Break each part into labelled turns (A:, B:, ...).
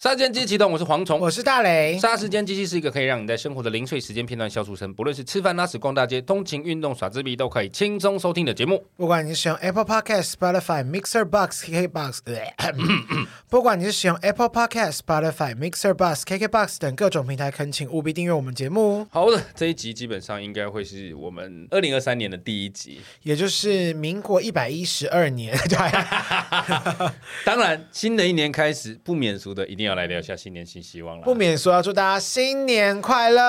A: 杀时间机器启动，我是蝗虫
B: 我。是大雷，
A: 杀时间机器是一个可以让你在生活的零碎时间片段消除声，不论是吃饭、拉屎、逛大街、通勤、运动、耍自闭，都可以轻松收听的节目。
B: 不管你是使用 Apple Podcast、Spotify、Mixer Box、KKBox，呃
A: 嗯
B: 不管你是使用 Apple Podcast、Spotify、Mixer Box、KKBox 等各种平台，恳请务必订阅我们节目，
A: 好的，这一集基本上应该会是我们二零二三年的第一集。
B: 也就是民国一百一十二年， 对，
A: 当然，新的一年开始，不免俗的一定要来聊一下新年新希望了。
B: 不免说要祝大家新年快乐，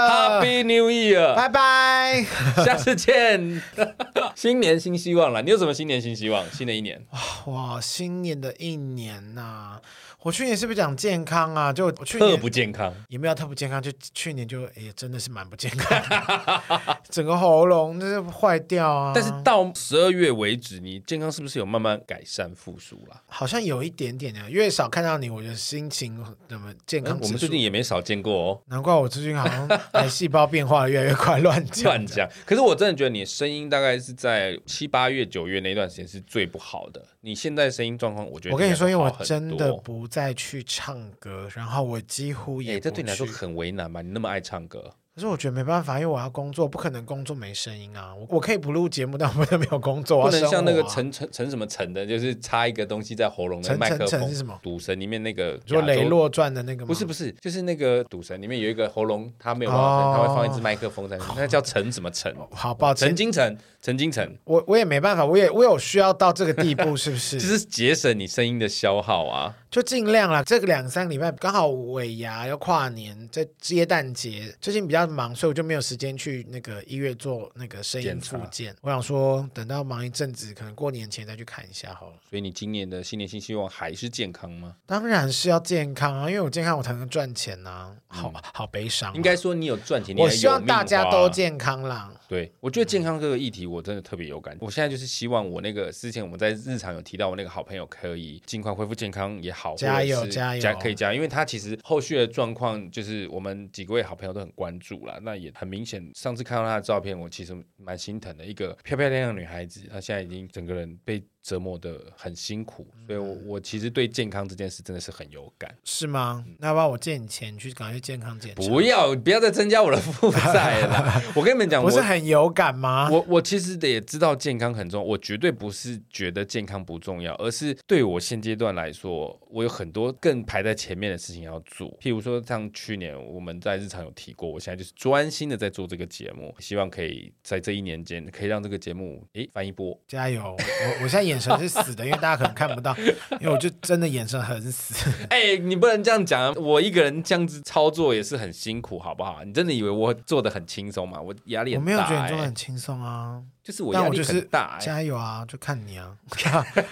A: Happy New Year，
B: 拜拜。
A: 下次见。 新年新希望了，你有什么新年新希望？新的一年，
B: 哇，新年的一年呐、我去年是不是讲健康啊？就我去
A: 特
B: 年
A: 不健康，
B: 也没有特不健康，就去年就也真的是蛮不健康的 整个喉咙就是坏掉啊。
A: 但是到十二月为止，你健康是不是有慢慢改善复苏啦？
B: 好像有一点点的，越少看到你，我的心情怎么健
A: 嗯
B: 康
A: 我
B: 指
A: 们
B: 数
A: 最。近也没少见过哦。
B: 难怪我最近好像癌细胞变化得越来越快，乱讲。
A: 乱 讲，可是我真的觉得你的声音大概是在七八月、九月那段时间是最不好的。你现在声音状况，我觉得
B: 我跟你说，因为
A: 应该
B: 我
A: 好很
B: 真的
A: 多
B: 不再去唱歌，然后我几乎
A: 哎、
B: 也
A: 这
B: 不
A: 对
B: 去。
A: 你来说很为难吧？你那么爱唱歌，
B: 可是我觉得没办法，因为我要工作，不可能工作没声音啊。我我可以不录节目，但我不能没有工作，
A: 不
B: 我要
A: 能
B: 生
A: 像那个
B: 活啊
A: 陈陈陈什么陈的，就是插一个东西在喉咙的
B: 陈
A: 麦克风
B: 陈陈是什么？
A: 赌神里面那个
B: 你说
A: 亚
B: 雷
A: 洲。
B: 洛传的那个吗？
A: 不是不是，就是那个赌神里面有一个喉咙，他没有办
B: 哦
A: 法，他会放一支麦克风在那边，那叫陈什么陈？
B: 好抱
A: 陈
B: 歉，
A: 金城，陈金城，
B: 我我也没办法，我也我有需要到这个地 步，是不是？
A: 就是节省你声音的消耗啊。
B: 就尽量啦，这个两三个礼拜刚好尾牙要跨年，在耶诞节，最近比较忙，所以我就没有时间去那个医院做那个声音
A: 检
B: 复
A: 查
B: 健。我想说，等到忙一阵子，可能过年前再去看一下好了。
A: 所以你今年的新年新希望还是健康吗？
B: 当然是要健康啊，因为我健康我才能赚钱呐、好好悲伤啊、
A: 嗯应该说你有赚钱，你
B: 我
A: 也有
B: 希望
A: 命
B: 大家
A: 花
B: 都。健康啦。
A: 对，我觉得健康这个议题我真的特别有感。我现在就是希望我那个之前我们在日常有提到我那个好朋友可以尽快恢复健康也好，
B: 加油
A: 或者是
B: 加油
A: 加可以加油，因为他其实后续的状况就是我们几位好朋友都很关注啦。那也很明显，上次看到她的照片，我其实蛮心疼的。一个漂漂亮亮的女孩子，她现在已经整个人被折磨的很辛苦，所以我我其实对健康这件事真的是很有感。
B: 是吗？那要不要我借你钱去赶快去健康检查？
A: 不要不要再增加我的负债了啦。我跟你们讲，
B: 不是
A: 我
B: 很有感吗？
A: 我我其实也知道健康很重要，我绝对不是觉得健康不重要，而是对我现阶段来说，我有很多更排在前面的事情要做。譬如说，像去年我们在日常有提过，我现在就是专心的在做这个节目，希望可以在这一年间可以让这个节目诶翻一波。
B: 加油！我我现在眼神是死的，因为大家可能看 不到，因为我就真的眼神很死。
A: 哎、你不能这样讲啊，我一个人这样子操作也是很辛苦，好不好？你真的以为我做的很轻松吗？我压力
B: 我
A: 很
B: 没有
A: 大、
B: 觉得你
A: 欸，
B: 做的很轻松啊，
A: 就是我
B: 但
A: 压
B: 我
A: 力
B: 就是
A: 很大、欸，
B: 加油啊，就看你啊，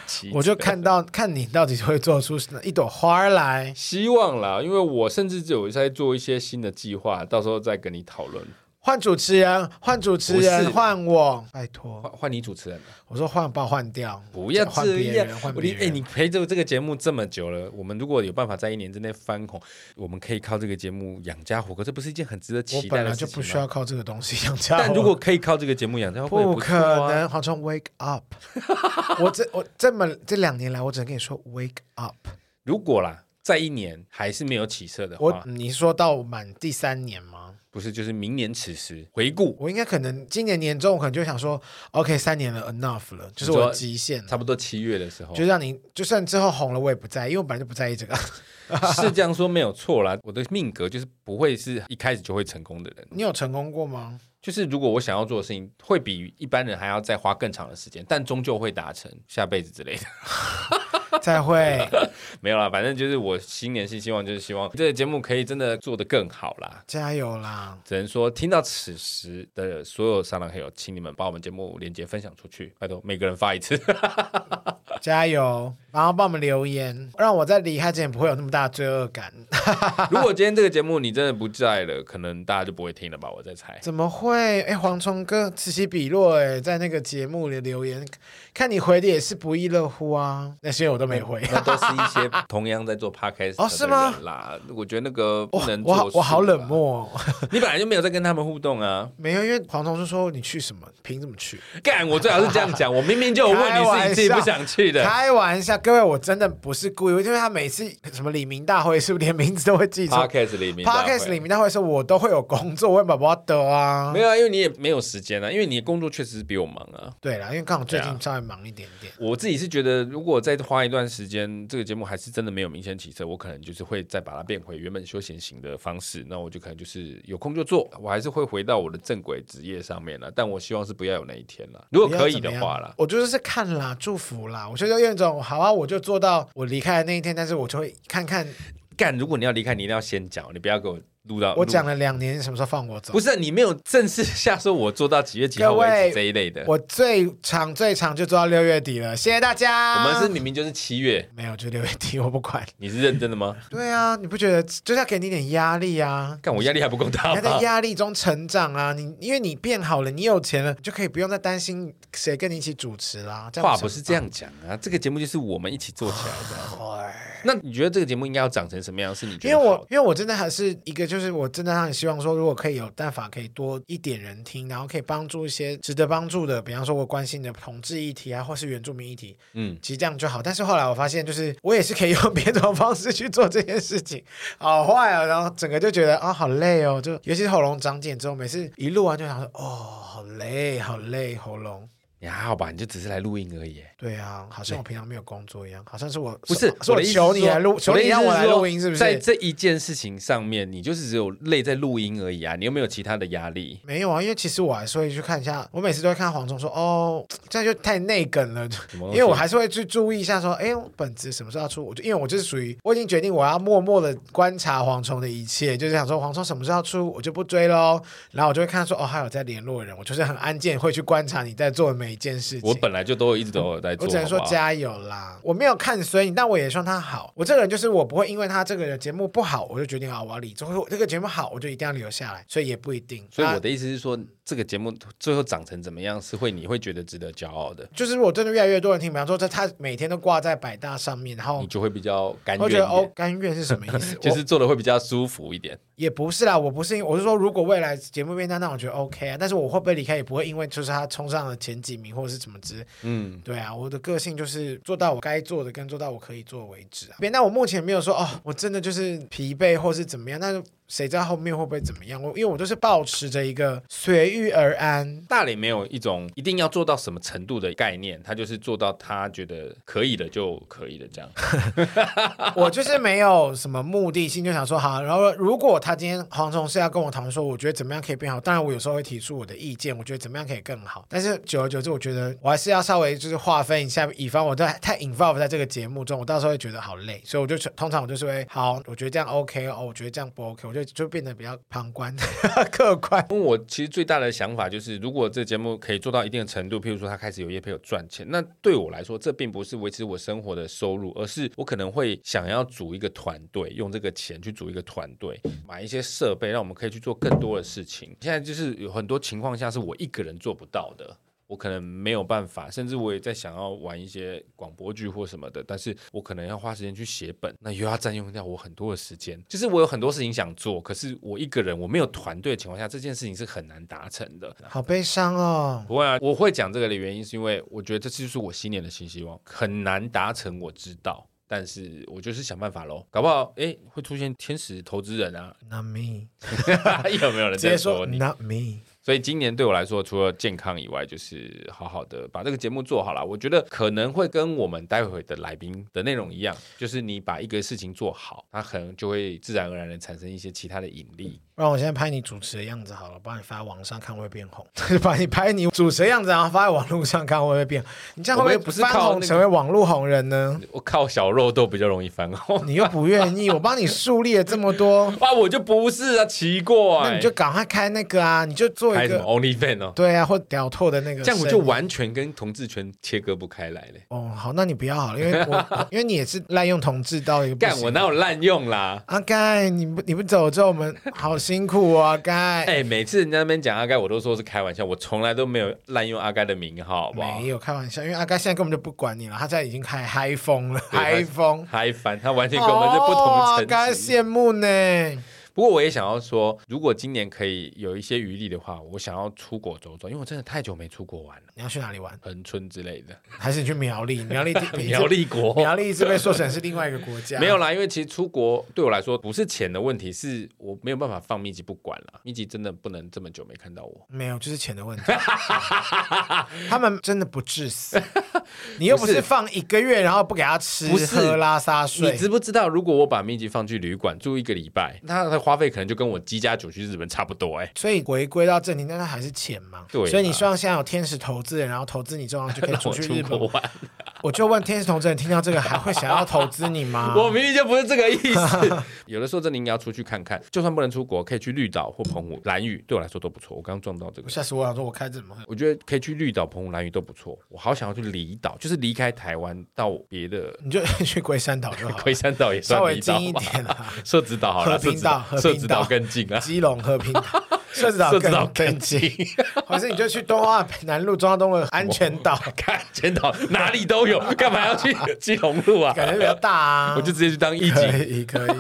A: 奇
B: 我就看到看你到底会做出一朵花儿来。
A: 希望啦，因为我甚至有在做一些新的计划，到时候再跟你讨论。
B: 换主持人，换主持
A: 不是
B: 人，换我，拜
A: 换
B: 托！
A: 换你主持人了，
B: 我说换，把我换掉，
A: 不要
B: 换
A: 这
B: 别人，
A: 样。
B: 换
A: 我
B: 别
A: 哎、
B: 人。
A: 你陪着这个节目这么久了，我们如果有办法在一年之内翻红，我们可以靠这个节目养家糊口，这不是一件很值得
B: 我
A: 期待
B: 本来
A: 的
B: 就
A: 事
B: 不需
A: 情吗？
B: 要靠这个东西养家活口。
A: 但如果可以靠这个节目养家糊口，
B: 不
A: 错
B: 可
A: 啊。
B: 能，黄虫 wake up！我这我这么这两年来，我只能跟你说 wake up。
A: 如果啦，在一年还是没有起色的
B: 我
A: 话，
B: 你说到满第三年吗？
A: 不是就是明年此时回顾，
B: 我应该可能今年年中，我可能就想说，OK，三年了，enough 了，就是我的极限了
A: 差不多七月的时候
B: 嗯就，让你就算之后红了，我也不在意，因为我本来就不在意这个。
A: 是这样说没有错啦。我的命格就是不会是一开始就会成功的人。
B: 你有成功过吗？
A: 就是如果我想要做的事情，会比一般人还要再花更长的时间，但终究会达成，下辈子之类的。
B: 再会，
A: 没有啦，反正就是我新年新希望，就是希望这个节目可以真的做得更好啦。
B: 加油啦！
A: 只能说，听到此时的所有沙狼黑友，请你们把我们节目连接分享出去，拜托每个人发一次。
B: 加油！然后帮我们留言，让我在离开之前不会有那么大的罪恶感。
A: 如果今天这个节目你真的不在了，可能大家就不会听了吧？我在猜。
B: 怎么会？哎，蝗虫哥此起彼落哎，在那个节目里留言，看你回的也是不亦乐乎啊。那些我都没回，
A: 那都是一些同样在做 podcast
B: 哦是吗
A: 的人啦，我觉得那个不能啊
B: 我好
A: 做
B: 我好
A: 事啦
B: 冷，漠、哦。
A: 你本来就没有在跟他们互动啊。
B: 没有，因为蝗虫是说你去什么，凭什么去？
A: 干，我最好是这样讲，我明明就有问
B: 开
A: 你
B: 玩
A: 是你自己
B: 笑
A: 不想去的。
B: 开玩笑，各位，我真的不是故意，因为他每次什么李明大会，是不是连名字都会记错
A: Podcast 里面大会
B: ？Podcast 李明大会的时候，我都会有工作，我也宝宝的啊
A: 没。有啊，因为你也没有时间啊，因为你的工作确实是比我忙啊。
B: 对啦，因为刚好最
A: 对啊
B: 近稍微忙一点点。
A: 我自己是觉得，如果再花一段时间，这个节目还是真的没有明显起色，我可能就是会再把它变回原本休闲型的方式。那我就可能就是有空就做，我还是会回到我的正轨职业上面了。啊但我希望是不要有那一天了，如果可以的话啦。
B: 我就是看啦，祝福啦。我觉得有一种好啊，我就做到我离开的那一天，但是我就会看看
A: 干，如果你要离开，你一定要先讲，你不要给我录到
B: 我讲
A: 录
B: 了两年，什么时候放我走
A: 不。是啊你没有正式 下说，我做到几月几号
B: 各位
A: 为止这一类的。我
B: 我最长最长就做到六月底了，谢谢大家。
A: 们是明明就是七月，
B: 没有就六月底，我不管。
A: 你是认真的吗？
B: 对啊，你不觉得就是要给你一点压力啊？
A: 干，我压力还不够大
B: 你要在
A: 吗？
B: 压力中成长啊！你因为你变好了，你有钱了，你就可以不用再担心谁跟你一起主持啦。这样
A: 话不是这样讲啊，这个节目就是我们一起做起来的啊。
B: 很好哎
A: 那你觉得这个节目应该要长成什么样？是你觉
B: 因
A: 得
B: 为
A: 好的
B: 我因为我真的还是一个，就是我真的很希望说，如果可以有办法，可以多一点人听，然后可以帮助一些值得帮助的，比方说我关心的同志议题啊，或是原住民议题，
A: 嗯，
B: 其实这样就好。但是后来我发现，就是我也是可以用别种方式去做这件事情，好坏哦，然后整个就觉得啊、好累哦，就尤其是喉咙长茧之后，每次一录完就想说，哦，好累，好累，喉咙。
A: 你还好吧？你就只是来录音而已。
B: 对啊，好像我平常没有工作一样，好像是我
A: 不是，
B: 是我
A: 的意思
B: 求你
A: 说
B: 来录，求
A: 我的意思
B: 你让我来
A: 说
B: 录音，是不是？
A: 在这一件事情上面，你就是只有累在录音而已啊，你又没有其他的压力。
B: 没有啊，因为其实我还是会去看一下，我每次都会看黄虫说，哦，这样就太内梗了，
A: 什么东
B: 因
A: 西
B: 为我还是会去注意一下说，哎，本子什么时候要出？我就因为我就是属于我已经决定我要默默的观察蝗虫的一切，就是想说蝗虫什么时候要出，我就不追喽。然后我就会看说，哦，还有在联络人，我就是很安静会去观察你在做的每一件事情。
A: 我本来就都有一直都有在做，
B: 我只能说
A: 好不好
B: 加油啦！我没有看衰你，但我也希望他好。我这个人就是我不会因为他这个节目不好，我就决定啊我要离职，或者这个节目好，我就一定要留下来，所以也不一定。
A: 所以
B: 那
A: 我的意思是说，这个节目最后长成怎么样，是会你会觉得值得骄傲的，
B: 就是如果真的越来越多人听，比方说这他每天都挂在百大上面，然 后
A: 你就会比较甘愿
B: 哦我
A: 一
B: 觉得哦
A: 点，，？
B: 甘愿是什么意思
A: 就
B: 我
A: 是做的会比较舒服一点。
B: 也不是啦，我不是因，我是说如果未来节目变大，那我觉得 OK 啊，但是我会不会离开也不会因为就是他冲上了前几名或者是什么之类
A: 嗯，
B: 对啊，我的个性就是做到我该做的，跟做到我可以做为止啊。别，那我目前没有说哦，我真的就是疲惫或是怎么样，但是谁知道后面会不会怎么样？我因为我就是保持着一个随遇而安。
A: 大磊没有一种一定要做到什么程度的概念，他就是做到他觉得可以的就可以的这样。
B: 我就是没有什么目的性，就想说好。然后如果他今天黄虫是要跟我讨论说，我觉得怎么样可以变好，当然我有时候会提出我的意见，我觉得怎么样可以更好。但是久而久之，我觉得我还是要稍微就是划分一下，以防我在太 involve 在这个节目中，我到时候会觉得好累。所以我就通常我就是会好，我觉得这样 OK 哦，我觉得这样不 OK，我就就变得比较旁观、 客观。
A: 因为我其实最大的想法就是，如果这节目可以做到一定的程度，譬如说他开始有业配有赚钱，那对我来说，这并不是维持我生活的收入，而是我可能会想要组一个团队，用这个钱去组一个团队，买一些设备，让我们可以去做更多的事情。现在就是有很多情况下是我一个人做不到的。我可能没有办法，甚至我也在想要玩一些广播剧或什么的，但是我可能要花时间去写本，那又要占用掉我很多的时间。就是我有很多事情想做，可是我一个人我没有团队的情况下，这件事情是很难达成的。
B: 好悲伤哦。
A: 不会啊，我会讲这个的原因是因为我觉得这就是我新年的新希望，很难达成，我知道。但是我就是想办法喽，搞不好诶会出现天使投资人啊，
B: Not me，
A: 有没有人
B: 直
A: 在
B: 接说
A: 说你？
B: Not me。
A: 所以今年对我来说，除了健康以外，就是好好的把这个节目做好了。我觉得可能会跟我们待会的来宾的内容一样，就是你把一个事情做好，它可能就会自然而然的产生一些其他的引力。
B: 不然我现在拍你主持的样子好了，帮你发网上看会不会变红， 把你拍你主持的样子，然后发在网络上看会不会变红。你这样会不
A: 我
B: 会
A: 们不是
B: 翻
A: 靠那
B: 红
A: 个
B: 成为网络红 人呢？
A: 嗯我靠，小肉豆比较容易翻红。
B: 你又不愿意，我帮你树立了这么 多，
A: 哇，我就不是啊，奇怪、
B: 那你就赶快开那个啊，你就做
A: 开
B: 一
A: 什么
B: 个
A: OnlyFan 哦？
B: 对啊，或屌透的那个生意，
A: 这样我就完全跟同志圈切割不开来嘞。
B: 哦，好，那你不要好了，因为我 因为你也是滥用同志到一个不
A: 干，
B: 行
A: 我哪有滥用啦？
B: 阿盖，你不你不走之后，我们好辛苦哦，阿盖。
A: 哎、每次人家那边讲阿该，我都说是开玩笑，我从来都没有滥用阿该的名号，好不好
B: 没？有开玩笑，因为阿盖现在根本就不管你了，他现在已经开嗨疯了，
A: 对他
B: 嗨疯。
A: 嗨翻，他完全跟我们是不同
B: 哦
A: 的
B: 该
A: 层级。
B: 羡慕呢。
A: 不过我也想要说，如果今年可以有一些余力的话，我想要出国走走，因为我真的太久没出国玩了，
B: 你要去哪里玩？
A: 恒春之类的，
B: 还是你去苗栗？苗 栗
A: 苗栗国。
B: 苗栗一直被说成是另外一个国家，
A: 没有啦，因为其实出国对我来说不是钱的问题，是我没有办法放密集不管啦。密集真的不能这么久没看到我。
B: 没有，就是钱 的问题。他们真的不致死，你又不
A: 不
B: 是
A: 是
B: 放一个月，然后不给他吃
A: 不是
B: 喝拉撒睡
A: 你，知不知道，如果我把密集放去旅馆住一个礼拜，那它的花费可能就跟我机加酒去日本差不多哎、
B: 所以回归到正题，但它还是钱嘛。
A: 对啦
B: 所以你希望现在有天使投资人，然后投资你之后就可以
A: 让
B: 出
A: 我
B: 去
A: 出
B: 日本
A: 国
B: 玩。
A: 玩，
B: 我就问天使投资人，听到这个还会想要投资你吗？
A: 我明明就不是这个意 思。有的时候真的应该要出去看看，就算不能出国，可以去绿岛或澎湖、蓝屿，对我来说都不 错。我刚刚撞到这个
B: 我。吓死我了！我想说我开怎么会？
A: 我觉得可以去绿岛、澎湖、蓝屿都不错。我好想要去离岛，就是离开台湾到别的
B: 你就 去龟山岛就好了，
A: 龟山岛也
B: 啊稍
A: 算
B: 微
A: 离岛
B: 近一
A: 吧。
B: 点啊。
A: 社子岛好了，
B: 和平岛和平岛
A: 社子岛更近啊，
B: 基隆和平岛、社子岛
A: 社子岛
B: 更
A: 更
B: 更
A: 近
B: 近，，或是你就去东华南路、中华东路的安全岛，
A: 看全岛哪里都 有，干嘛要去基隆路啊？
B: 感觉比较大啊。
A: 我就直接去当义
B: 可
A: 警。
B: 以可以，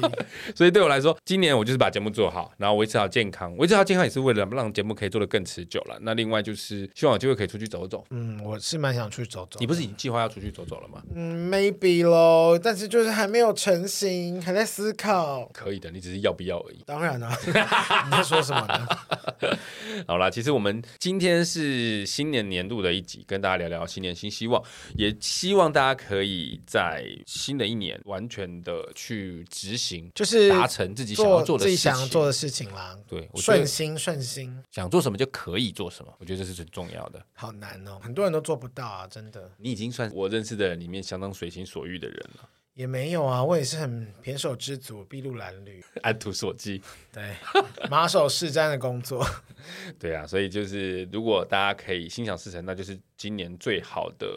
A: 所以对我来说，今年我就是把节目做好，然后维持好健康，维持好健康也是为了让节目可以做得更持久了。那另外就是希望有机会可以出去走走。
B: 嗯，我是蛮想去走走。
A: 你不是已经计划要出去走走了吗？
B: 嗯，maybe 咯，但是就是还没有成型，还在思考。
A: 可以的，你只是要不要而已。
B: 当然了、啊你在说什么呢？
A: 好啦，其实我们今天是新年年度的一集，跟大家聊聊新年新希望，也希望大家可以在新的一年完全的去执行，
B: 就是
A: 达成自己想要做的
B: 自
A: 事
B: 己
A: 情。
B: 想要做的事情啦。
A: 对，我觉
B: 顺
A: 得
B: 心顺心，
A: 想做什么就可以做什么，我觉得这是很重要的。
B: 好难哦，很多人都做不到啊，真的
A: 你已经算我认识的人里面相当随心所欲的人了，
B: 也没有啊。我也是很胼手知足，筚路蓝缕，
A: 按图索骥。
B: 对，马首是瞻的工作。
A: 对啊，所以就是如果大家可以心想事成，那就是今年最好的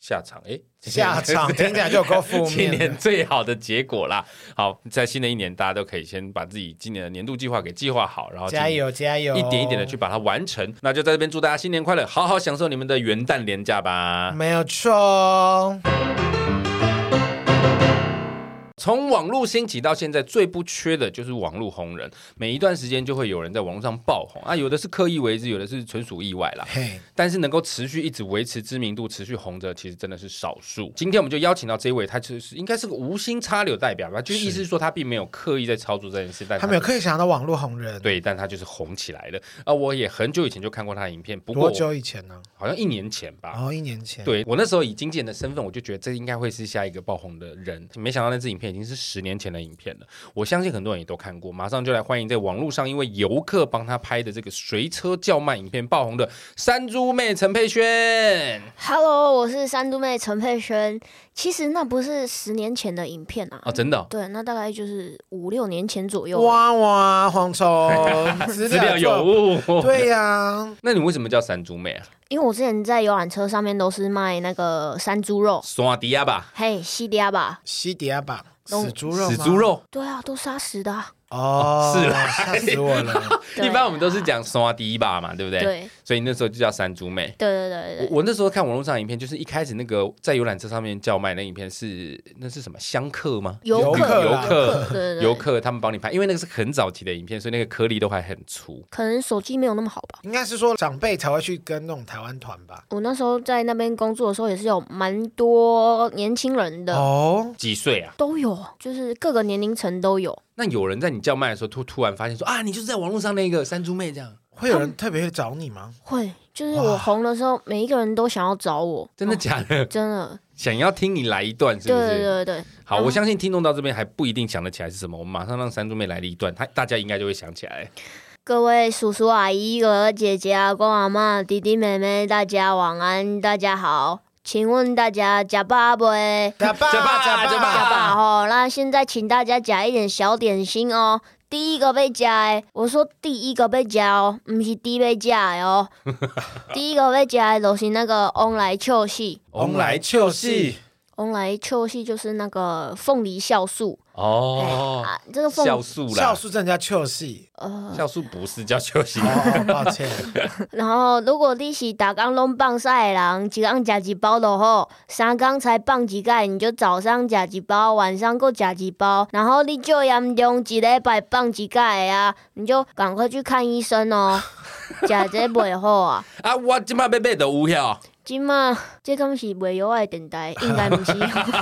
A: 下场。哎，
B: 下场听起来就有够负
A: 今
B: 面
A: 年
B: 的。
A: 最好的结果啦。 好，在新的一年，大家都可以先把自己今年的年度计划给计划好，然后
B: 加。油加油！
A: 一点一点的去。把它完成，那就在这边祝大家新年快乐，好好享受你们的元旦连假吧。
B: 没有错，
A: 从网络兴起到现在，最不缺的就是网络红人，每一段时间就会有人在网络上爆红啊，有的是刻意为之，有的是纯属意外啦。
B: 嘿，
A: 但是能够持续一直维持知名度、持续红着，其实真的是少数。今天我们就邀请到这一位，他就是应该是个无心插柳代表吧，就是意思是说他并没有刻意在操作这件事，但
B: 他们有刻意想到网络红人，
A: 对，但他就是红起来了。啊，我也很久以前就看过他的影片，不过
B: 多
A: 我
B: 久以前呢？
A: 好像一年前吧。
B: 哦，一年前。
A: 对我那时候以经纪人的身份，我就觉得这应该会是下一个爆红的人。没想到那支影片已经是十年前的影片了，我相信很多人也都看过。马上就来欢迎在网络上因为游客帮他拍的这个随车叫卖影片爆红的山猪妹陈佩萱。
C: Hello，我是三度妹陈佩萱。其实那不是十年前的影片啊，
A: 哦，真的哦、
C: 对，那大概就是五六年前左右。
B: 哇哇，蝗 虫，资
A: 资料有误。
B: 做啊对呀、
A: 那你为什么叫山猪妹啊？
C: 因为我之前在游览车上面都是卖那个山猪肉，
A: 山迪亚吧，
C: 嘿，西迪亚吧？
B: 西迪亚吧，
C: 弄
B: 死猪
A: 哦
B: 肉吗，
A: 死猪肉。
C: 对啊，都杀死的、啊。
B: 哦，
A: 是啦
B: 吓死我了。
C: 对
A: 一般我们都是讲山迪吧嘛，对不对？哦
C: 对对
A: 所以那时候就叫山猪妹。
C: 对对对
A: 我我那时候看网络上影片，就是一开始那个在游览车上面叫卖那影片是那是什么香客吗？
C: 游
B: 游
C: 客游
A: 客
C: 对对对
A: 游客他们帮你拍，因为那个是很早期的影片，所以那个颗粒都还很粗。
C: 可能手机没有那么好吧。
B: 应该是说长辈才会去跟那种台湾团吧。
C: 我那时候在那边工作的时候，也是有蛮多年轻人的，
B: 哦，
A: 几岁啊？
C: 都有，就是各个年龄层都有。
A: 那有人在你叫卖的时候突突然发现说啊，你就是在网络上那个山猪妹这样，
B: 会有人特别找 你吗？
C: 会，就是
B: 哇
C: 我红的时候，每一个人都想要找我，
A: 真的假的？
C: 真的，
A: 想要听你来一段是
C: 对
A: 不是？
C: 哦对嗯对对，
A: 好，
C: 然后
A: 我相信听众到这边还不一定想得起来是什么，我们马上让山猪妹来了一段，她大家应该就会想起来。
C: 各位叔叔阿姨、哥哥姐姐、阿公阿妈、弟弟妹妹，大家晚安，大家好。请问大家假爸不？
B: 假爸
A: 假爸
B: 假
A: 假爸
C: 假爸哦，那现在请大家夹一点小点心哦。第一个被夹的，我说第一个被夹哦，不是第一被夹 的哦。第一个被夹的就是那个翁来秋戏，
B: 翁来秋
A: 戏
B: 夕，
C: 红来秋系就是那个凤梨酵素。
A: 哦，
C: 啊，这个凤
A: 酵素啦
B: 酵，素正叫秋系，
C: 呃，
A: 酵素不是叫休息
B: 嗯哦，哦抱歉，
C: 然后如果你是打工拢放晒的人，一工食一包的吼，三工才放一盖，你就早上食一包，晚上够食一包，然后你就严重一礼拜放一盖啊，你就赶快去看医 生哦，食这袂好啊。
A: 啊！我今麦被被的乌票，
C: 即嘛，这敢是袂药的电台，应该不是。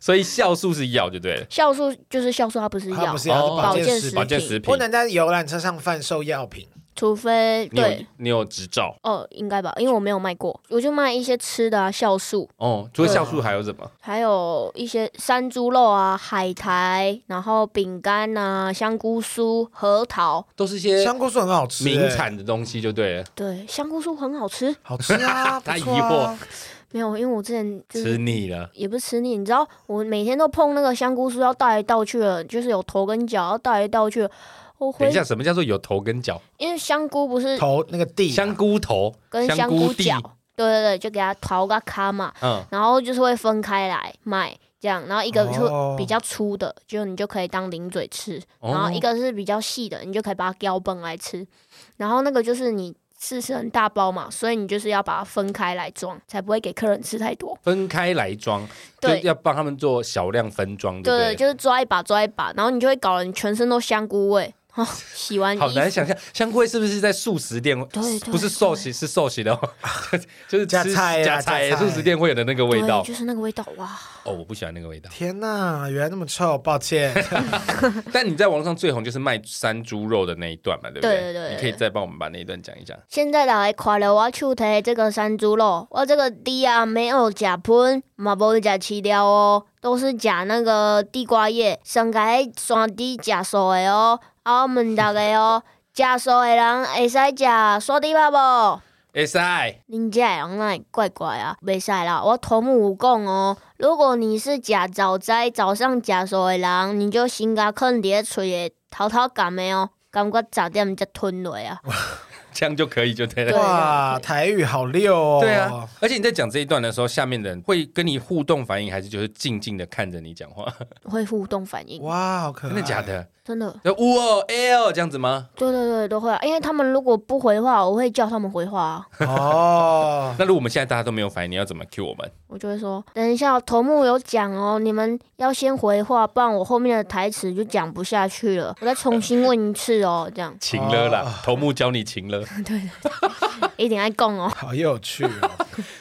A: 所以酵素是药就对了。
C: 酵素就是酵素，它不是
B: 它
C: 药
B: 不，是要
A: 哦
B: 是啊保
C: 保
B: 健
C: 健
B: 食
C: 食
A: 保
B: 品，
A: 健食品
B: 不能在游览车上贩售药品。
C: 除非
A: 你有
C: 对
A: 你有执照
C: 哦，应该吧，因为我没有卖过，我就卖一些吃的啊，酵素，
A: 哦？除了
B: 对
A: 酵素还有什么？
B: 嗯
C: 还有一些山猪肉啊、海苔，然后饼干啊、香菇酥、核桃。
A: 都是一些
B: 香菇素很好吃、
A: 名
B: 欸，
A: 产的东西就对了。
C: 对，香菇酥很好吃。
B: 好吃 啊，
A: 他
B: 不
A: 疑
B: 错啊
A: 惑，
C: 没有，因为我之前就是
A: 吃腻了，
C: 也不是吃腻，你知道我每天都碰那个香菇酥，要倒来倒去的，就是有头跟脚，要倒来倒去的。我
A: 等
C: 回
A: 一，下，什么叫做有头跟脚？
C: 因为香菇不是
B: 头那个地啊
A: 香菇头
C: 跟香
A: 菇
C: 菇
A: 地
C: 脚，，对对对，就给它刨个卡嘛，
A: 嗯，
C: 然后就是会分开来卖，这样，然后一个
B: 哦
C: 是比较粗的，就你就可以当零嘴吃，然后
A: 哦
C: 一个是比较细的，你就可以把它叼崩来吃，然后那个就是你。吃是很大包嘛，所以你就是要把它分开来装，才不会给客人吃太多。
A: 分开来装，就
C: 对
A: 要帮他们做小量分装，对不
C: 对，
A: 对？
C: 就是抓一把抓一把，然后你就会搞得你全身都香菇味。哦，洗完衣
A: 好难
C: 服
A: 想象，香菇是不是在素食店？
C: 对对
A: 不是寿喜，是寿喜的哦， 就是
B: 加
A: 吃
B: 菜啊
A: 加
B: 加
A: 菜，
B: 菜
A: 素食店会有的那个味
C: 对
A: 道。
C: 就是那个味道哇！
A: 哦，我不喜欢那个 味道。
B: 天呐，原来那么臭，抱歉。
A: 但你在网络上最红就是卖山猪肉的那一段嘛，对不
C: 对对对对
A: 你可以再帮我们把那一段讲一讲。
C: 现在来看了我手提的这个山猪肉，我这个猪啊没有食喷，嘛无食饲料哦，都是食那个地瓜叶，上海山猪食素的哦。啊，我问大家哦，食素的人会使食山猪肉无？
A: 哎塞，
C: 恁这的人哪会怪怪啊？袂使啦，我头目有讲哦，如果你是食早斋早上食素的人，你就先甲啃伫咧喙的偷偷含的哦，感觉十点才吞落啊。
A: 这样就可以就对了。
C: 对
B: 哇，台语好溜 哦。
A: 对啊，而且你在讲这一段的时候，下面的人会跟你互动反应，还是就是静静的看着你讲话？
C: 会互动反应，
B: 哇，好可爱。
A: 真的假？的？
C: 真的，
A: 就呜哦，哎哦，这样子吗？
C: 对对对，都会啊。因为他们如果不回话，我会叫他们回话啊。
B: 哦，
A: 那如果我们现在大家都没有反应，你要怎么 cue 我们？
C: 我就会说，等一下，头目有讲哦，你们要先回话，不然我后面的台词就讲不下去了。我再重新问一次哦，这样
A: 情了
C: 哦
A: 啦， 头目教你情了。
C: 一定爱供哦。
B: 好有趣 哦。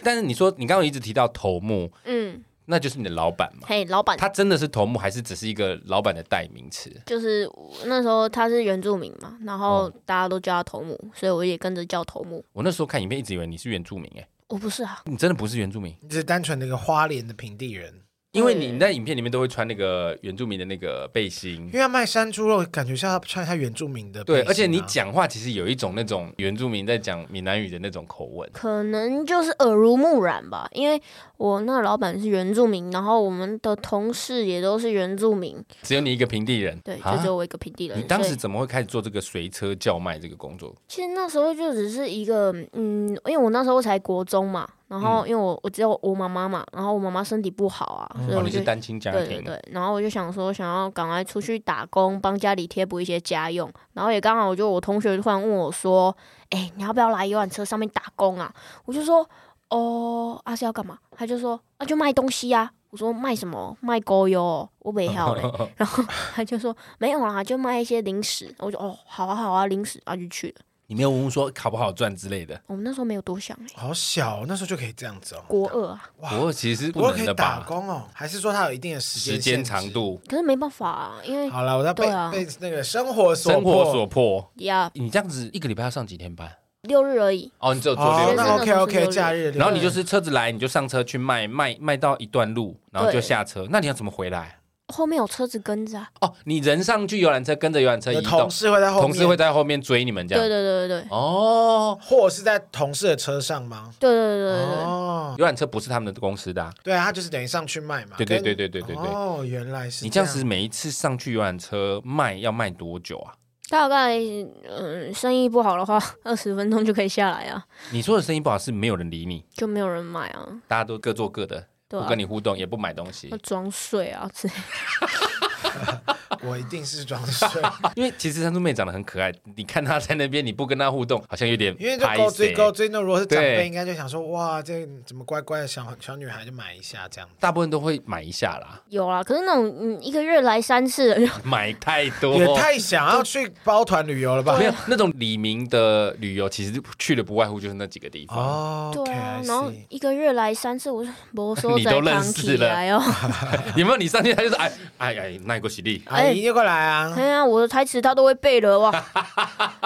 A: 但是你说你刚刚一直提到头目，
C: 嗯，
A: 那就是你的老板嘛？
C: 嘿，老板，
A: 他真的是头目，还是只是一个老板的代名词？
C: 就是那时候他是原住民嘛，然后
A: 哦
C: 大家都叫他头目，所以我也跟着叫头目。
A: 我那时候看影片一直以为你是原住民、哎，
C: 我不是啊，
A: 你真的不是原住民，
B: 你只是单纯的一个花莲的平地人，
A: 因为你在影片里面都会穿那个原住民的那个背心
B: 因。为他卖山猪肉，感觉像他穿他原住民的背
A: 对，
B: 心啊。
A: 而且你讲话其实有一种那种原住民在讲闽南语的那种口吻，
C: 可能就是耳濡目染吧，因为我那个老板是原住民，然后我们的同事也都是原住民，
A: 只有你一个平地人。
C: 对，就
A: 啊
C: 只有我一个平地人。
A: 你当
C: 所
A: 时
C: 以
A: 怎么会开始做这个随车叫卖这个工作？
C: 其实那时候就只是一个，嗯，因为我那时候才国中嘛，然
A: 嗯
C: 后因为我我只有我妈妈嘛，然后我妈妈身体不好啊，所以
A: 哦，
C: 我
A: 你。
C: 就是
A: 单亲家
C: 对对
A: 庭，
C: 对，然后我就想说，想要赶快出去打工，帮家里贴补一些家用。然后也刚好，我就我同学突然问我说：“哎、你要不要来游览车上面打工啊？”我就说：“哦，啊是要干嘛？”他就说：“啊，就卖东西呀、啊。”我说：“卖什么？卖狗油哦？我没晓嘞。”然后他就说没有啦，就卖一些零食。我就哦，好啊好啊，零食，然后就去了。
A: 你没有问说好不好赚之类的。
C: 我们那时候没有多想哎、
B: 好小哦，那时候就可以这样子哦。
C: 国二啊，
B: 哇
A: 我其实是不
B: 不过
A: 能
B: 可
A: 的
B: 以打
A: 吧？
B: 工哦，还是说他有一定的时间
A: 时间
B: 限制
A: 长？度，
C: 可是没办法、啊，因为
B: 好了，我在被
C: 对啊
B: 被那个生活所
A: 生活
B: 迫
A: 所迫。
C: 呀
A: 你这样子一个礼拜要上几天班？
C: 六日而已，
A: 哦，你只有做
B: 哦
A: 六，
C: 学
A: 日
C: 生
B: 那
C: 的
B: OK
C: 都是六
B: OK，
C: 日
B: 假日
A: 然后你就是车子来，你就上车去卖，卖卖到一段路，然后就
C: 对
A: 下车。那你要怎么回来？
C: 后面有车子跟着、啊。
A: 哦，你人上去游览车，跟着游览车
B: 有
A: 移
B: 同
A: 动，
B: 事会在后面，
A: 同事会在后面追你们这
C: 对对
A: 样。
C: 对对对
A: 哦，
B: 或者是在同事的车上吗？
C: 对对对对对。
B: 哦，
A: 游览车不是他们的公司的啊。
B: 对啊，他就是等于上去卖嘛。
A: 对对对
B: 跟
A: 对对对对。
B: 哦，原来是
A: 你这样
B: 子
A: 子每一次上去游览车卖要卖多久啊？
C: 大概嗯，生意不好的话， 二十分钟就可以下来啊，
A: 你说的生意不好是没有人理你，
C: 就没有人买啊。
A: 大家都各做各的，
C: 对
A: 不
C: 啊
A: 跟，你互动，也不买东 西
C: 要，装睡啊之类的。
B: 我一定是 装睡，
A: 因为其实山猪妹长得很可爱，你看她在那边，你不跟她互动，好像有点
B: 因为就
A: 拍
B: 勾追
A: 谁
B: 勾追，那如果是长
A: 对
B: 辈，应该就想说，哇，这怎么乖乖的小小女孩就买一下这样。
A: 大部分都会买一下啦，
C: 有啦，可是那种嗯一个月来三 次的，啊
A: 买太多，
B: 也太想要去包团旅游了吧
A: 没？有那种李明的旅游，其实去的不外乎就是那几个地方。
B: 哦，
C: 对啊
B: OK，I，
C: 然后
B: see
C: 一个月来三次，我说我 说
A: 你
C: 在
A: 都认
C: 扛
A: 识
C: 起
A: 了
C: 来哦。
A: 有没有你上去他就是哎哎哎，那个喜力，
B: 阿姨就过来啊
C: 哎！呀，我的台词他都会背 了哇，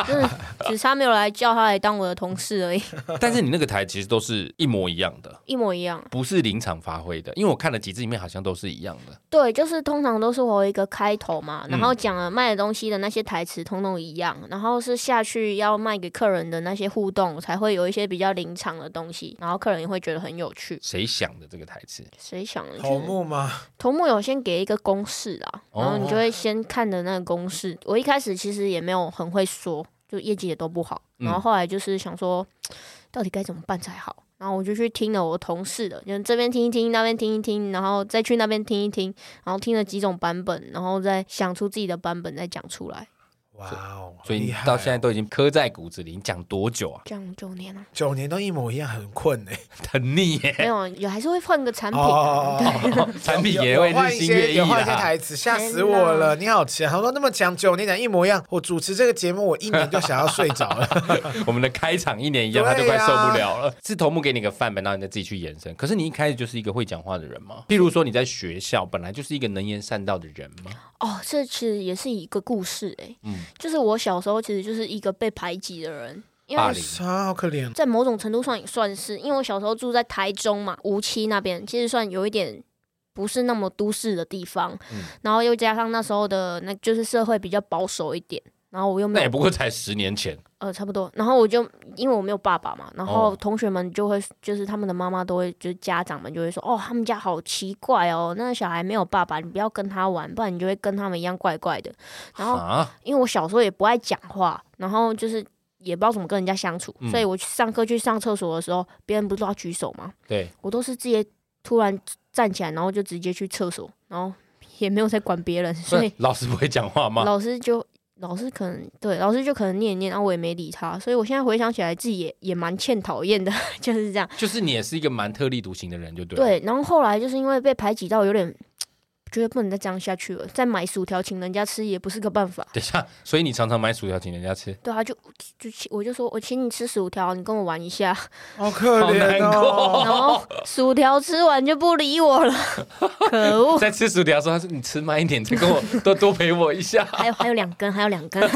C: 真的只差没有来叫他来当我的同事而已，
A: 但是你那个台其实都是一模一样的，
C: 一模一样。
A: 不是临场发挥的，因为我看了几支里面好像都是一样的。
C: 对，就是通常都是我有一个开头嘛，然后讲了卖的东西的那些台词通通一样，然后是下去要卖给客人的那些互动，才会有一些比较临场的东西，然后客人也会觉得很有趣。
A: 谁想的这个台词？
C: 谁想的？
B: 头
C: 就是
B: 目吗？
C: 头目有先给一个公式啊，然
A: 哦
C: 后你就会先看的那个公式。我一开始其实也没有很会说，就业绩也都不好，
A: 嗯
C: 然后后来就是想说，到底该怎么办才好。然后我就去听了我同事的，就这边听一听，那边听一听，然后再去那边听一听，然后听了几种版本，然后再想出自己的版本再讲出来。
B: 哇哦，
A: 所以
B: 厉
A: 你
B: 害
A: 到
B: 哦
A: 现在都已经刻在骨子里，你讲多久啊？
C: 这样九年了，
B: 九年都一模一样，很困哎。
A: 很腻耶，
C: 没有啊也还是会换个产品、
B: 哦
C: 啊。对，
A: 产品也会
B: 有有换
A: 日
B: 一
A: 新
B: 些，
A: 月异
B: 有换一些
A: 啦。
B: 台词，吓死我了！你好强，他说那么讲九年讲一模一样，我主持这个节目，我一年就想要睡着 了。
A: 我们的开场一年一样，
B: 对
A: 他
B: 啊
A: 就快受不了了。是头目给你个范本，然后你再自己去延伸。可是你一开始就是一个会讲话的人吗？譬如说你在学校本来就是一个能言善道的人吗？
C: 哦，这其实也是一个故事哎、
A: 嗯
C: 就是我小时候其实就是一个被排挤的人，因为
A: 霸凌
B: 啊，好可怜。
C: 在某种程度上也算是，因为我小时候住在台中嘛，无期那边，其实算有一点不是那么都市的地方，
A: 嗯
C: 然后又加上那时候的那就是社会比较保守一点，然后我又
A: 那
C: 没
A: 也
C: 有
A: 不过才十年前，
C: 呃差不多，然后我就因为我没有爸爸嘛，然后
A: 哦
C: 同学们就会就是他们的妈妈都会就是家长们就会说哦他们家好奇怪哦，那个小孩没有爸爸，你不要跟他玩，不然你就会跟他们一样怪怪的，然后
A: 啊，
C: 因为我小时候也不爱讲话，然后就是也不知道怎么跟人家相处，
A: 嗯
C: 所以我去上课去上厕所的时候，别人不是都要举手吗？
A: 对，
C: 我都是直接突然站起来，然后就直接去厕所，然后也没有在管别人，所以
A: 那老师不会讲话吗？
C: 老师就。老师可能对老师就可能念一念，然后我也没理他，所以我现在回想起来自己也也蛮欠讨厌的， 就是这样。
A: 就是你也是一个蛮特立独行的人，就对了。
C: 对，然后后来就是因为被排挤到有点觉得不能再这样下去了，再买薯条请人家吃也不是个办法。
A: 等一下，所以你常常买薯条请人家吃，
C: 对啊，就就请我就说我请你吃薯条，你跟我玩一下，
B: 好可怜
A: 好
B: 哦！
C: 然后薯条吃完就不理我了，可恶！
A: 在吃薯条的时候，他说你吃慢一点，再跟我多多陪我一下。
C: 还有还有两根，还有两根。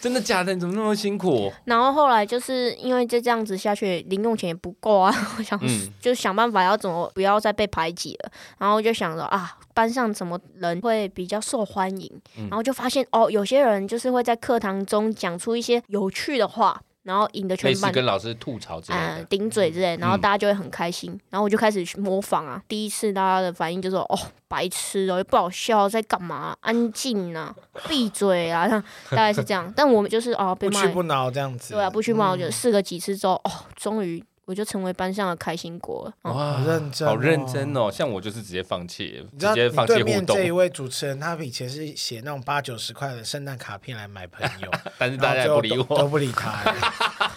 A: 真的假的？你怎么那么辛苦？
C: 然后后来就是因为就这样子下去，零用钱也不够啊， 我想、
A: 嗯
C: 就想办法要怎么不要再被排挤了。然后就想着啊，班上什么人会比较受欢迎，
A: 嗯
C: 然后就发现哦，有些人就是会在课堂中讲出一些有趣的话，然后引得
A: 类
C: 全
A: 似
C: 班
A: 跟老师吐槽之类
C: 嗯
A: 的，。
C: 顶嘴之类，然后
A: 嗯
C: 大家就会很开心。然后我就开始去模仿啊，第一次大家的反应就说：“哦，白痴哦，又不好笑，在干嘛？安静啊，闭嘴啊！” 像大概是这样。但我们就是哦，被
B: 不
C: 骂
B: 屈，不挠这样子。
C: 对啊，不去骂，我
A: 嗯
C: 就试了几次之后，哦，终于我就成为班上的开心果了。哦
A: 哇
B: 好认真哦
A: 好认真哦！像我就是直接放弃，
B: 你
A: 直
B: 知道
A: 接
B: 你
A: 放弃
B: 对
A: 互
B: 面这一
A: 动，
B: 位主持人，他以前是写那种八九十块的圣诞卡片来买朋友，
A: 但是
B: 然 后
A: 大家也不
B: 最后
A: 理
B: 都都
A: 我。
B: 不理他，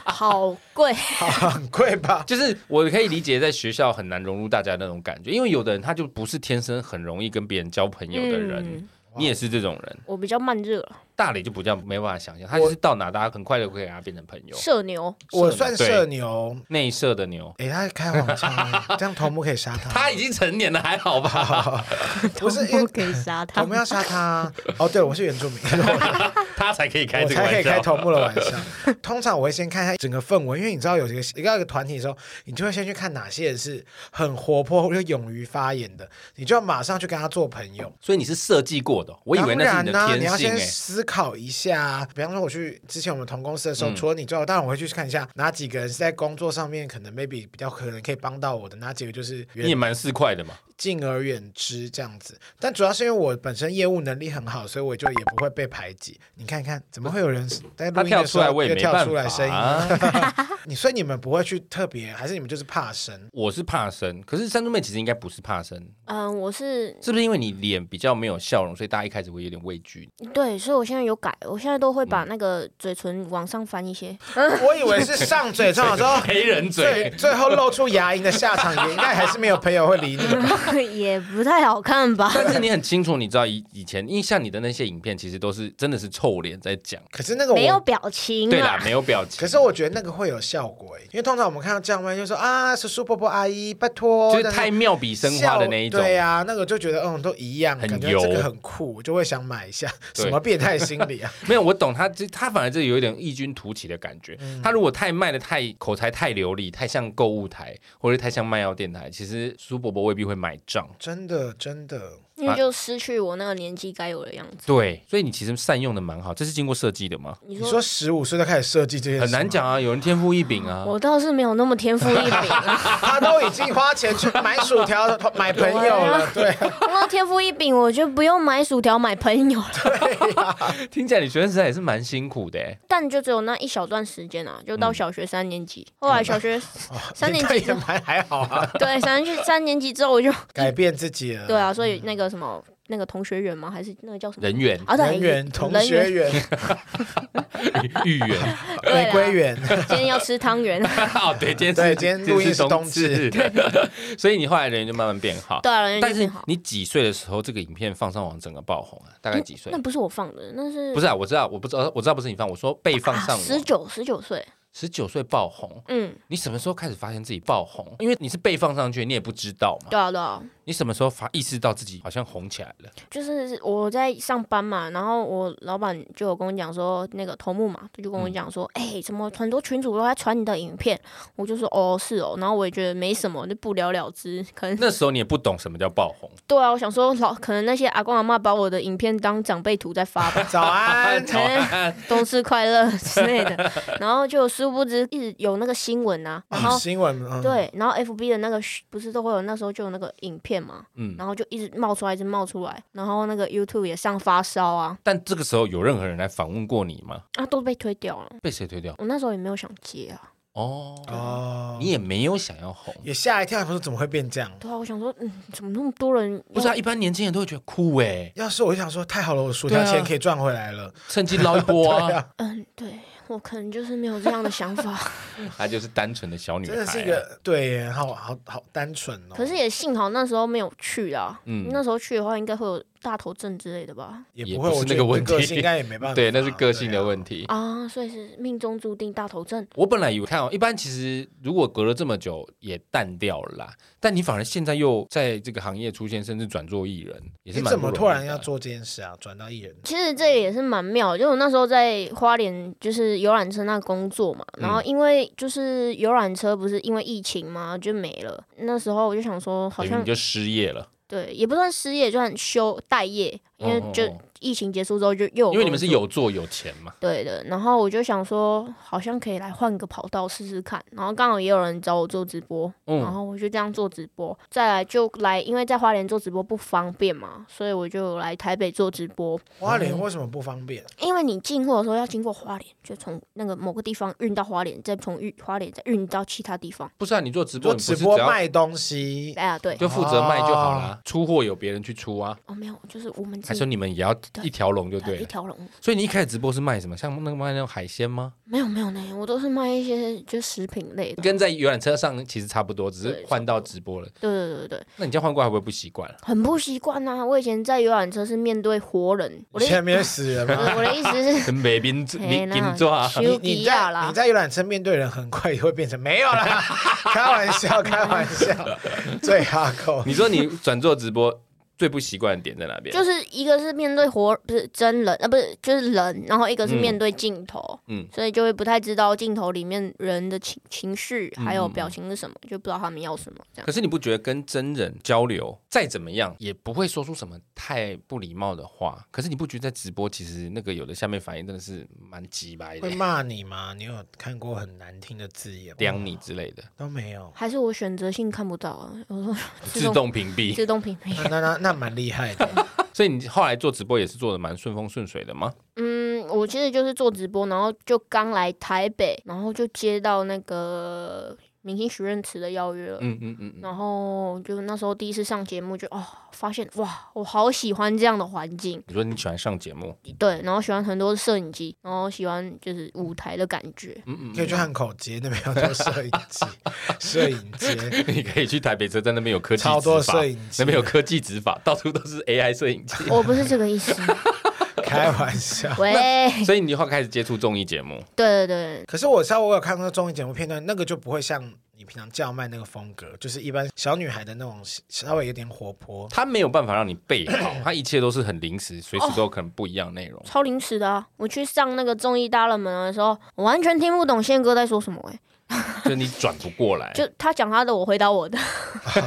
C: 好贵，
B: 好很贵吧？
A: 就是啊我可以理解，在学校很难融入大家那种感觉，因为有的人他就不是天生很容易跟别人交朋友的人，
C: 嗯，
A: 你也是这种人。
C: 我比较慢热，
A: 大磊就不叫没办法想象，他就是到哪大家很快就可以跟他变成朋友。
C: 社牛。
B: 我算
A: 对
B: 社牛，
A: 内射的牛，
B: 诶，他开 黄腔，欸这样头目可以杀他吗。
A: 他已经成年了，还好吧？
B: 不是因为
C: 我可以杀 他
B: 头目，要杀他。哦，对，我是原住 民，我
A: 他才可以开这个
B: 才可以
A: 玩
B: 开
A: 笑。
B: 头目的玩笑。通常我会先看一下整个氛围，因为你知道有一个一个一个团体的时候，你就会先去看哪些人是很活泼又勇于发言的，你就要马上去跟他做朋友。
A: 所以你是设计过的，哦我以为那是你
B: 当然
A: 的
B: 啦你
A: 天
B: 要
A: 性
B: 先
A: 哎。
B: 思考一下啊。比方说，我去之前我们同公司的时候，
A: 嗯
B: 除了你之后，当然我会去看一下哪几个人是在工作上面可能 maybe 比较可能可以帮到我的，哪几个就是
A: 你也蛮市侩的嘛，
B: 敬而远之这样子。但主要是因为我本身业务能力很好，所以我就也不会被排挤。你看看，怎么会有人在录
A: 他
B: 音
A: 跳
B: 的时
A: 出来，
B: 候
A: 我也
B: 又
A: 没
B: 跳
A: 办
B: 出来
A: 法、
B: 声音？
A: 啊。
B: 你所以你们不会去特别，还是你们就是怕生？
A: 我是怕生，可是山猪妹其实应该不是怕生，
C: 嗯，我是
A: 是不是因为你脸比较没有笑容，所以大家一开始会有点畏 惧？
C: 对，所以我现在有改，我现在都会把
A: 嗯
C: 那个嘴唇往上翻一些。
B: 我以为是上嘴，正好说
A: 黑人
B: 最
A: 嘴，
B: 最后露出牙龈的下场，也应该还是没有朋友会 理你。
C: 也不太好看吧？
A: 但是你很清楚，你知道以以前，因为像你的那些影片，其实都是真的是臭脸在讲，
B: 可是那个我
C: 没有表情
A: 对啦
C: 啊，，
A: 没有表情。
B: 嗯可是我觉得那个会有效果耶，欸因为通常我们看到这样外就说啊，叔叔伯伯阿姨，拜托，
A: 就是
B: 但是
A: 太妙笔生花的那一种，
B: 笑对呀、那个就觉得嗯都一样，
A: 很
B: 感觉
A: 油
B: 这个很酷，就会想买一下。
A: 对
B: 什么变态心 理啊？
A: 没有我懂他，这他反而这有一点异军突起的感觉。
C: 嗯
A: 他如果太卖的太口才太流利，太像购物台或者太像卖药电台，其实苏伯伯未必会买账。
B: 真的真的，
C: 因
A: 啊
C: 为就失去我那个年纪该有的样子。
A: 对，所以你其实善用的蛮好，这是经过设计的吗？
C: 你
B: 你
C: 说
B: 说十五岁就开始设计这些，
A: 很难。讲啊，有人天赋异禀啊。
C: 我倒是没有那么天赋异 禀啊，
B: 他都已经花钱去买薯条、买朋友 了，对啊、
C: 我有天赋异禀，我就不用买薯条买朋友了。
A: 听起来你学生时代也是蛮辛苦的欸，
C: 但就只有那一小段时间啊，就到
A: 嗯
C: 小学三年级，后来小学三年
B: 那
C: 级
B: 也
A: 哦
B: 蛮还好啊，
C: 对，三年级三年级之后我就
A: 嗯
B: 改变自己了。
C: 对啊，所以那个什么那个同学园吗？还是那个叫什么
A: 人 缘、
C: 啊？对，
B: 人缘、同
C: 人
B: 学
C: 缘
B: 缘、
A: 玉缘。
C: 对啦
B: 玫瑰缘，
C: 今天要吃汤圆。
A: 哦，对，今天
B: 对
A: 是
B: 今天录音是
A: 是
B: 冬
A: 至， 所以你后来人缘就慢慢变好。
C: 对啊，人缘
A: 但
C: 就是变好。
A: 你几岁的时候，这个影片放上网整个爆红啊？大概几岁
C: 那？不是我放的，那是啊
A: 不是啊，我知道，我不知道，我知道不是你放，我说被放上
C: 十
A: 网，
C: 九十九岁？
A: 十九岁爆红。
C: 嗯，
A: 你什么时候开始发现自己爆红？因为你是被放上去，你也不知道嘛。
C: 对啊对啊，
A: 你什么时候发意识到自己好像红起来了？
C: 就是我在上班嘛，然后我老板就有跟我讲说，那个头目嘛，他就
A: 嗯
C: 跟我讲说，哎、怎么很多群主都在传你的影片？我就说哦是哦，然后我也觉得没什么，就不了了之。可能
A: 那时候你也不懂什么叫爆红，
C: 对啊，我想说老可能那些阿公阿妈把我的影片当长辈图在发 吧。
B: 早安。
C: 可
A: 哦
C: 能冬至快乐之类的，然后就殊不知一直有那个新闻啊，然
A: 哦
C: 后
B: 新闻，嗯，
C: 对，然后 F B 的那个嘘不是都会有那时候就有那个影片嘛，
A: 嗯
C: 然后就一直冒出来，一直冒出来，然后那个 YouTube 也上发烧啊，
A: 但这个时候有任何人来访问过你吗？
C: 啊都被推掉了。
A: 被谁推掉？
C: 我那时候也没有想接啊，
A: 哦，
B: 哦，
A: 你也没有想要红，
B: 也吓一跳，他说怎么会变这样？
C: 对啊，我想说，嗯，怎么那么多人？
A: 不是啊？一般年轻人都会觉得酷哎，
B: 要是我就想说，太好了，我薯条
A: 对啊
B: 钱可以赚回来了。
A: 趁机捞一波
B: 对
A: 啊！
B: 啊，
C: 嗯，对我可能就是没有这样的想 法，
A: 她就是单纯的小女
B: 啊真
A: 孩
B: 的是一
A: 啊，
B: 个对耶，好好好单纯哦。
C: 可是也幸好那时候没有去啊，
A: 嗯
C: 那时候去的话应该会有大头症之类的吧？
B: 也
A: 也
B: 不会，
A: 不是
B: 我觉
A: 那
B: 得
A: 个
B: 你
A: 问
B: 个
A: 题
B: 性应该也没办法。 啊
A: 对，那是个性的问
B: 题。
A: 题。
C: 啊，所以是命中注定大头症，
A: 我本来以为看哦，一般其实如果隔了这么久也淡掉了啦，但你反而现在又在这个行业出现，甚至转做艺人，也是
B: 你
A: 蛮
B: 怎
A: 不
B: 么
A: 容
B: 突
A: 易
B: 然
A: 的哦
B: 要？做这件事啊？转到艺人，
C: 其实这个也是蛮妙的，就我那时候在花莲就是游览车那工作嘛，然
A: 嗯
C: 后因为就是游览车不是因为疫情嘛就没了，那时候我就想说好
A: 等于
C: 像
A: 你就失业了，
C: 对也不算失业，就算休待业，因为
A: 哦哦
C: 就
A: 哦
C: 疫情结束之后就又有
A: 因为你们是
C: 工作
A: 有做有钱嘛。
C: 对的，然后我就想说好像可以来换个跑道试试看，然后刚好也有人找我做直播，然
A: 嗯，
C: 后我就这样做直播，再来就来，因为在花莲做直播不方便嘛，所以我就来台北做直播。
B: 花莲为什么不方便？
C: 因为你进货的时候要经过花莲，就从那个某个地方运到花莲，再从运花莲再运到其他地方。
A: 不是啊，你做直播，
B: 做
A: 你不
B: 直
A: 是只
B: 播
A: 要
B: 卖哦东西，
C: 哎呀，对，
A: 就负责卖就好啦，出货有别人去出啊，
C: 哦，没有，就是我们
A: 还是
C: 自己
A: 你们也要一条龙就
C: 对
A: 对
C: 一
A: 了。
C: 条龙。
A: 所以你一开始直播是卖什么？像那个卖那种海鲜吗？
C: 没有没有呢，我都是卖一些就食品类的。
A: 跟在游览车上其实差不多，只
C: 对
A: 是换到直播了。
C: 对对对对对，
A: 那你这样换过来会不会不习惯啊？，
C: 很不习惯呐。我以前在游览车是面对活人， 我的意
B: 前面死人
C: 不
B: 吗？
C: 是我的意 思是
A: 跟美宾金
C: 嘿那
A: 金抓，
B: 你
C: 修比
B: 你
C: 亚
B: 在
C: 啦
B: 你，在游览车面对人，很快也会变成没有啦， 开玩笑，开玩笑，最哈扣。
A: 你说你转做直播，最不习惯的点在哪边？
C: 就是一个是面对活，不是真人，啊，不是就是人，然后一个是
A: 嗯
C: 面对镜头，
A: 嗯
C: 所以就会不太知道镜头里面人的情情绪还有
A: 嗯嗯嗯
C: 表情是什么，就不知道他们要什么这样
A: 可。是你不觉得跟真人交流再怎么样也不会说出什么太不礼貌的话？可是你不觉得在直播其实那个有的下面反应真的是蛮鸡掰的
B: 会，骂你吗？你有看过很难听的字眼吗？
A: 刁你之类的，
B: 都没有，
C: 还是我选择性看不到啊，我说
A: 自动屏蔽。
C: 自动屏蔽
B: 那。那那那蛮厉害的。
A: 所以你后来做直播也是做的蛮顺风顺水的吗？
C: 嗯，我其实就是做直播，然后就刚来台北，然后就接到那个明星许愿池的邀约了。
A: 嗯嗯嗯嗯。
C: 然后就那时候第一次上节目就，哦，发现哇，我好喜欢这样的环境，
A: 你说你喜欢上节目，
C: 对，然后喜欢很多摄影机，然后喜欢就是舞台的感 觉，
A: 嗯嗯
B: 可以去汉口街那边有很多摄影机，摄影街
A: 嗯，你可以去台北车站那边有科技
B: 超多
A: 执法
B: 摄影机
A: 那边有科技执法，到处都是 AI 摄影 机。
C: 我不是这个意思，
B: 开玩笑。
C: 喂，
A: 所以你以后开始接触综艺节目，
C: 对对对，
B: 可是我知道我有看过综艺节目片段，那个就不会像你平常叫卖那个风格，就是一般小女孩的那种稍微有点 活泼。
A: 他没有办法让你备 好，他一切都是很临时，随时都有可能不一样的内容。
C: 超临时的啊！我去上那个综艺大热门的时候，我完全听不懂宪哥在说什么、欸，
A: 就你转不过
B: 哎
A: 来，
C: 就他讲他的，我回答我的，。
B: 啊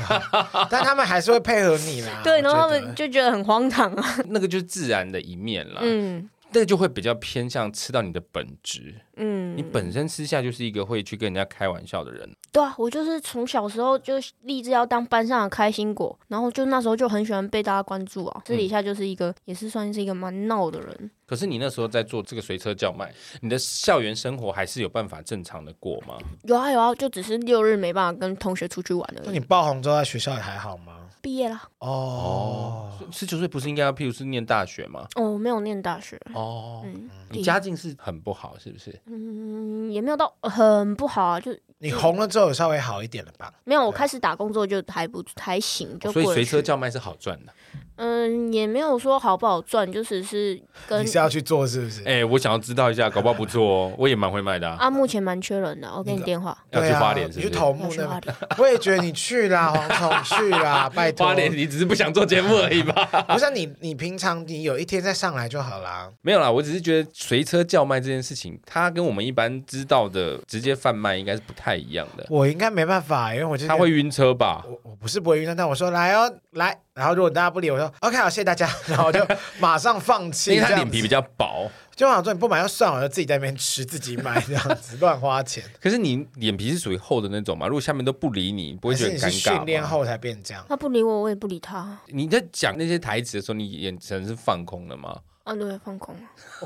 B: 但他们还是会配合你啦
C: 对，然后
B: 我
C: 他
B: 觉得啊
C: 们就觉得很荒唐啊，
A: 那个就是自然的一面啦。
C: 嗯
A: 那个就会比较偏向吃到你的本质，
C: 嗯，
A: 你本身私下就是一个会去跟人家开玩笑的人，
C: 对啊，我就是从小时候就立志要当班上的开心果，然后就那时候就很喜欢被大家关注啊。私底下就是一个，也是算是一个蛮闹的人。
A: 可是你那时候在做这个随车叫卖，你的校园生活还是有办法正常的过吗？
C: 有啊有啊，就只是六日没办法跟同学出去玩
B: 那
C: 而
B: 你
C: 已。
B: 爆红之后在学校也还好吗？
C: 毕业啦，
B: 哦，
A: 十九岁不是应该要，譬如是念大学吗？
C: 哦，我没有念大学，
A: 哦，
C: 嗯
A: 你家境是很不好，是不是？
C: 嗯，也没有到呃很不好啊，就
B: 你红了之后有稍微好一点了吧？
C: 没有。我开始打工之后就还不还行，就
A: 哦所以
C: 过得
A: 随车
C: 去。
A: 叫卖是好赚的。
C: 嗯，也没有说好不好赚，就只是跟
B: 你是要去做是不是？
A: 哎、我想要知道一下，搞不好不错哦，我也蛮会卖的、啊，
C: 啊，目前蛮缺人的。我给你电话，
A: 要
B: 对
A: 去
B: 啊
A: 花莲是
B: 你
A: 不
B: 去
A: 是？
B: 头
C: 要
B: 目
C: 去
B: 那
C: 花
B: 边。
C: 莲。
B: 我也觉得你去啦，蝗虫去啦，拜托
A: 花。莲，你只是不想做节目而已吧？
B: 不是啊你，你平常你有一天再上来就好啦。
A: 没有啦，我只是觉得随车叫卖这件事情，它跟我们一般知道的直接贩卖应该是不太一样的。
B: 我应该没办法，因为我就是
A: 他会晕车吧？
B: 我我不是不会晕船，但我说来哦来，然后如果大家不理我说 OK 好，谢谢大家， 然后我就马上放弃。
A: 因为他
B: 这样
A: 脸皮
B: 子
A: 比较薄，
B: 就想说你不买就算了，我就自己在那边吃自己买这样子乱花钱。
A: 可是你脸皮是属于厚的那种嘛？如果下面都不理你，你不会觉得
B: 还
A: 很尴
B: 是你是
A: 尬
B: 训练
A: 吗？
B: 后才变 这样。
C: 他不理我，我也不理他。
A: 你在讲那些台词的时候，你眼神是放空的吗？
C: 啊，对，放空了。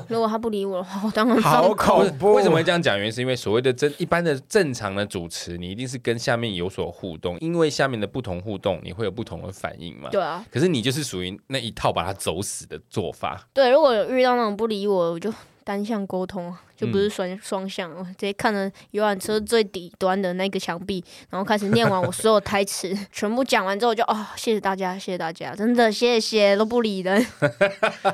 C: 如果他不理我的话，我当然放空
B: 好
A: 不是
B: 恐怖！啊
A: 为什么会这样讲？原因是因为所谓的正一般的正常的主持，你一定是跟下面有所互动，因为下面的不同互动，你会有不同的反应嘛。
C: 对啊，
A: 可是你就是属于那一套把它走死的做 法，
C: 对，如果有遇到那种不理我，我就单向沟通啊，就
B: 嗯
C: 不是双双向，我直接看着游览车最底端的那个墙壁，然后开始念完我所有台词， 全部讲完之后我就哦，谢谢大家，谢谢大家，真的谢谢都不理人，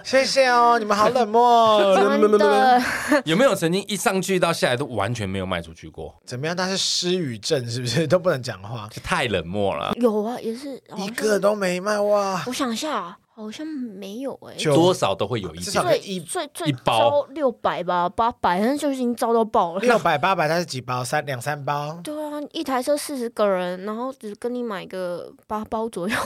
B: 谢谢哦，你们好冷漠
C: 真
B: 哦。
C: 的
A: 有没有曾经一上去到下来都完全没有卖出去过？
B: 怎么样？他是失语症是不是都不能讲话？
A: 这太冷漠了。
C: 有啊，也是好像
B: 一个都没卖哇！
C: 我想一下啊，好像没有哎、
B: 就
A: 多少都会有一
B: 至
A: 点
B: 少。
C: 最
B: 一
C: 最最
A: 一包
C: 招六百吧，八百，但是就已经招到爆了。
B: 六百八百，它是几包？三两三包？
C: 对啊，一台车四十个人，然后只跟你买个八包左右。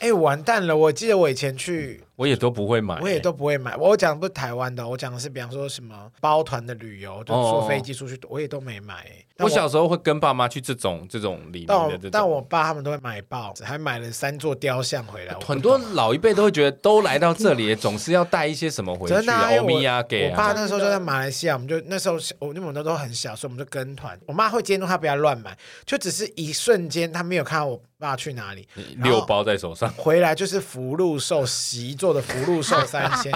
B: 哎，完蛋了！我记得我以前去
A: 我也都不会买，
B: 我也都不会买。我讲的不是台湾的，我讲的是比方说什么包团的旅游，就是坐飞机出去，我也都没买、欸但
A: 哦我小时候会跟爸妈去这种这种里面
B: 但
A: 的
B: 我
A: 这种，
B: 但我爸他们都会买爆，还买了三座雕像回来。我
A: 很啊多老一辈都会觉得，都来到这里，总是要带一些什么回去
B: 真的啊、因为
A: 欧米亚给
B: 我
A: 啊。
B: 爸那时候就在马来西亚，我们就那时候我那我们都很小，所以我们就跟团。我妈会监督他不要乱买，就只是一瞬间，他没有看到我爸去哪里，
A: 六包在手上，
B: 回来就是福禄寿席做的福禄寿三 千，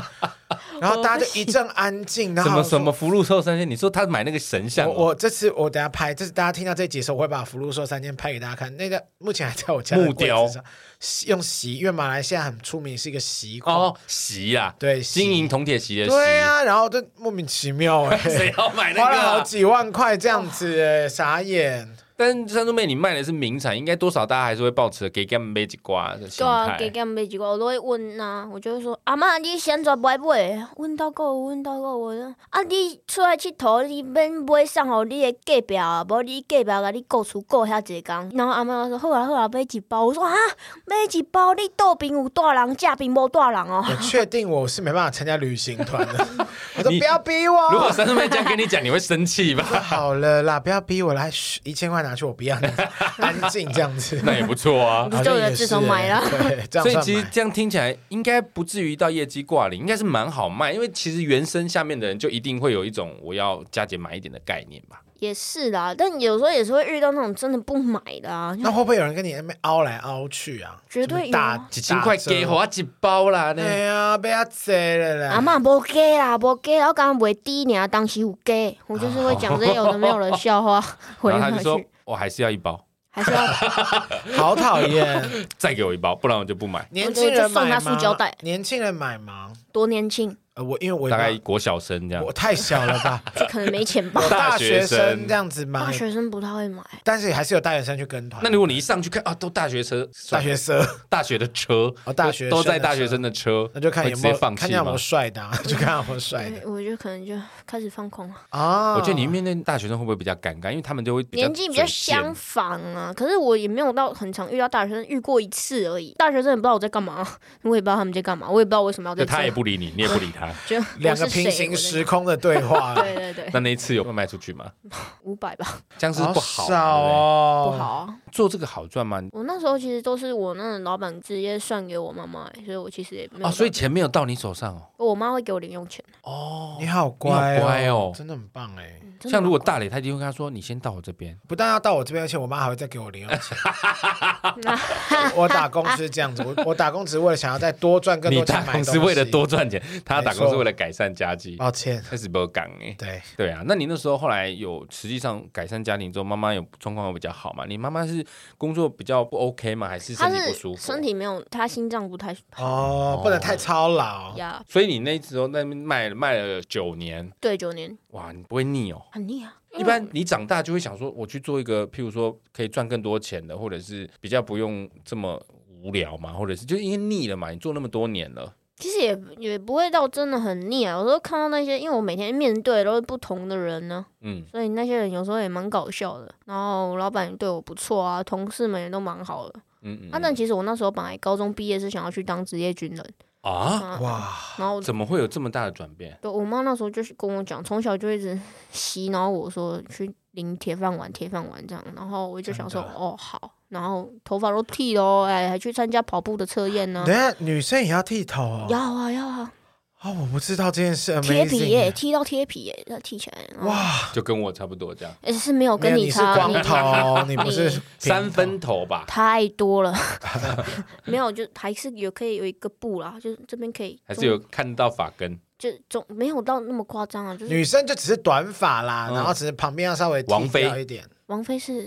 B: 然后大家就一阵安静，然
A: 什
B: 后
A: 么
B: 我
A: 什
B: 说
A: 么福禄寿三千，你说他买那个神像
B: 我
A: 哦，
B: 我这次我等下拍，这次大家听到这集的时候，我会把《福禄寿三件》拍给大家看。那个目前还在我家的
A: 木雕
B: 柜子上，席用席，因为马来西亚很出名是一个席款，
A: 哦席啊，
B: 对，席
A: 金银铜铁席的席，
B: 对啊，然后就莫名其妙哎、
A: 谁要买那
B: 花
A: 个
B: 了好
A: 啊？
B: 几万块这样子、哎傻眼。
A: 但是山猪妹你卖的是名产，应该多少大家还是会抱持给干杯几瓜的心
C: 对啊，
A: 态
C: 给。干杯几个，我都会问呐、我就会说阿嬷，你先做买买，问到够，问到够，我说啊，你出来佚佗，你免买送互你的隔壁啊，无你隔壁甲你顾厝顾遐济工。然后阿嬷就说好啊好啊，买一包。我说啊，买一包，你豆饼有大人，假饼无大人哦。
B: 我确定我是没办法参加旅行团 的，我说
A: 你
B: 不要逼
A: 如果
B: 我。
A: 山猪妹这样跟你讲，你会生气 吧？
B: 好了啦，不要逼我来，嘘一千块拿去，我 不要，安静这样 子。
A: 那也不错啊。
B: 好像
C: 就有
B: 也
C: 人自
B: 是
C: 从买
B: 欸
C: 了
B: 对，这样
A: 所以
B: 算
A: 其实
B: 买。
A: 这样听起来应该不至于到业绩挂零，应该是蛮好卖，因为其实原生下面的人就一定会有一种我要加减买一点的概念吧。
C: 也是啦，但有时候也是会遇到那种真的不买的啊，
B: 那会不会有人跟你在那边凹来凹去啊？
C: 绝
B: 什
C: 对有啊
B: 么打
A: 几千块给
B: 我。
A: 我啊几包啦呢？
B: 哎呀，被他贼了啦！
C: 阿嬷无加啦，无加啦，我刚刚袂低尔，当时有加，我就是会讲这些有的没有的笑话 回
A: 哦然后他
C: 回
A: 就说
C: 去，
A: 我还是要一包，
C: 还是要
B: 好讨 厌，
A: 再给我一包，不然我就不买。
B: 年轻人买
C: 我就
B: 吗？
C: 送他塑胶袋
B: 年轻人买吗？
C: 多年轻，
B: 呃，我因为我
A: 大
B: 也
A: 概
B: 不知
A: 国小生这
B: 道
A: 样
B: 我，太小 了吧，
C: 就可能没钱吧
B: 我。
A: 大
B: 大
A: 学
B: 学
A: 生
B: 生这样子
C: 大
B: 买，
C: 学生不太会买，
B: 但是还是有大学生去跟团。
A: 那如果你一上去看啊，都大学车，
B: 大学生，
A: 大学的车，
B: 哦大学生的
A: 都在大学生的车，
B: 那就看
A: 会
B: 有
A: 直
B: 没
A: 接
B: 有
A: 放
B: 看
A: 弃
B: 见有没
A: 吗
B: 有？帅的啊， 就看有没有帅的
C: 我就可能就开始放空了。
B: 啊。
A: 我觉得你面对大学生会不会比较尴尬？因为他们就会
C: 年纪比较相
A: 嘴
C: 仿啊，可是我也没有到很常遇到大学生，遇过一次而已。大学生也不知道我在干嘛，我也不知道他们在干嘛，我也不知道为什么要
A: 贱，
C: 在
A: 就他也
C: 这。
A: 不理你，你也不理 他。
C: 就
B: 两个平行时。空的对话啊
C: 我是谁我在，对对对，
A: 那那一次有卖出去吗？
C: 五百吧，
A: 这样是不好
B: 少
A: 嘛，对不对
B: 哦，
C: 不好。啊。
A: 做这个好赚吗？
C: 我那时候其实都是我那个老板直接算给我妈妈、欸所以我其实也没有到。
A: 哦，所以钱没有到你手上哦。
C: 我妈会给我零用钱。
A: 哦
B: 你好乖
A: 你好乖哦
B: 真的很棒哎。
C: 嗯真的
A: 像如果
C: 吗
A: 大磊，他一定会跟他说：“你先到我这边。
B: 不但要到我这边，而且我妈还会再给我零用钱。我打工是这样子，我我打工只是为了想要再多赚”更
A: 你
B: 多钱
A: 打
B: 买
A: 工
B: 东西。
A: 是为了多赚钱，他打工
B: 没哦
A: 是
B: 错
A: 为了改善家计。
B: 抱歉，
A: 开始不讲哎，
B: 对，
A: 对啊，那你那时候后来有实际上改善家庭之后，妈妈有状况有比较好吗？你妈妈是工作比较不 OK 吗？还是
C: 他
A: 身体不舒
C: 是
A: 服？啊
C: 身，体没有，他心脏不太
B: 哦，不能太操
A: 哦
B: 劳。
C: 呀，
A: 所以你那时候那边卖了卖了九年，
C: 对，九年嗯
A: 哇，你不会腻哦。
C: 很啊厉害。
A: 一般你长大就会想说，我去做一个，譬如说可以赚更多钱的，或者是比较不用这么无聊嘛，或者是就因为腻了嘛，你做那么多年了，
C: 其实也也不会到真的很腻啊，有时候看到那些，因为我每天面对都是不同的人呢、
A: 嗯，
C: 所以那些人有时候也蛮搞笑的。然后老板对我不错啊，同事们也都蛮好的。
A: 嗯嗯
C: 啊，但其实我那时候本来高中毕业是想要去当职业军人
A: 啊，
C: 啊，
B: 哇，
C: 然后
A: 怎么会有这么大的转变？
C: 对我妈那时候就是跟我讲，从小就一直洗脑我说去领铁饭碗、铁饭碗这样，然后我就想说
B: 真的啊
C: 哦好，然后头发都剃了哦，哎，还去参加跑步的测验呢
B: 等一。下女生也要剃头
C: 要
B: 哦？
C: 啊要啊，
B: 啊，我不知道这件事
C: 贴皮耶，
B: ，amazing。
C: 剃到贴皮耶，要剃起来。然后，
B: 哇，
A: 就跟我差不多这样，
C: 哎是没有跟
B: 没有你是
C: 差，
B: 光
C: 你
B: 头，你不是
C: 你
A: 三分头吧，
C: 太 多了，没有就还是有可以有一个布啦，就是这边可以
A: 还是
C: 中
A: 有看到发根
C: 就总没有到那么夸张啊，就是
B: 女生就只是短发啦，
A: 嗯
B: 然后只是旁边要稍微剃
A: 王菲
B: 掉一点。
C: 王菲是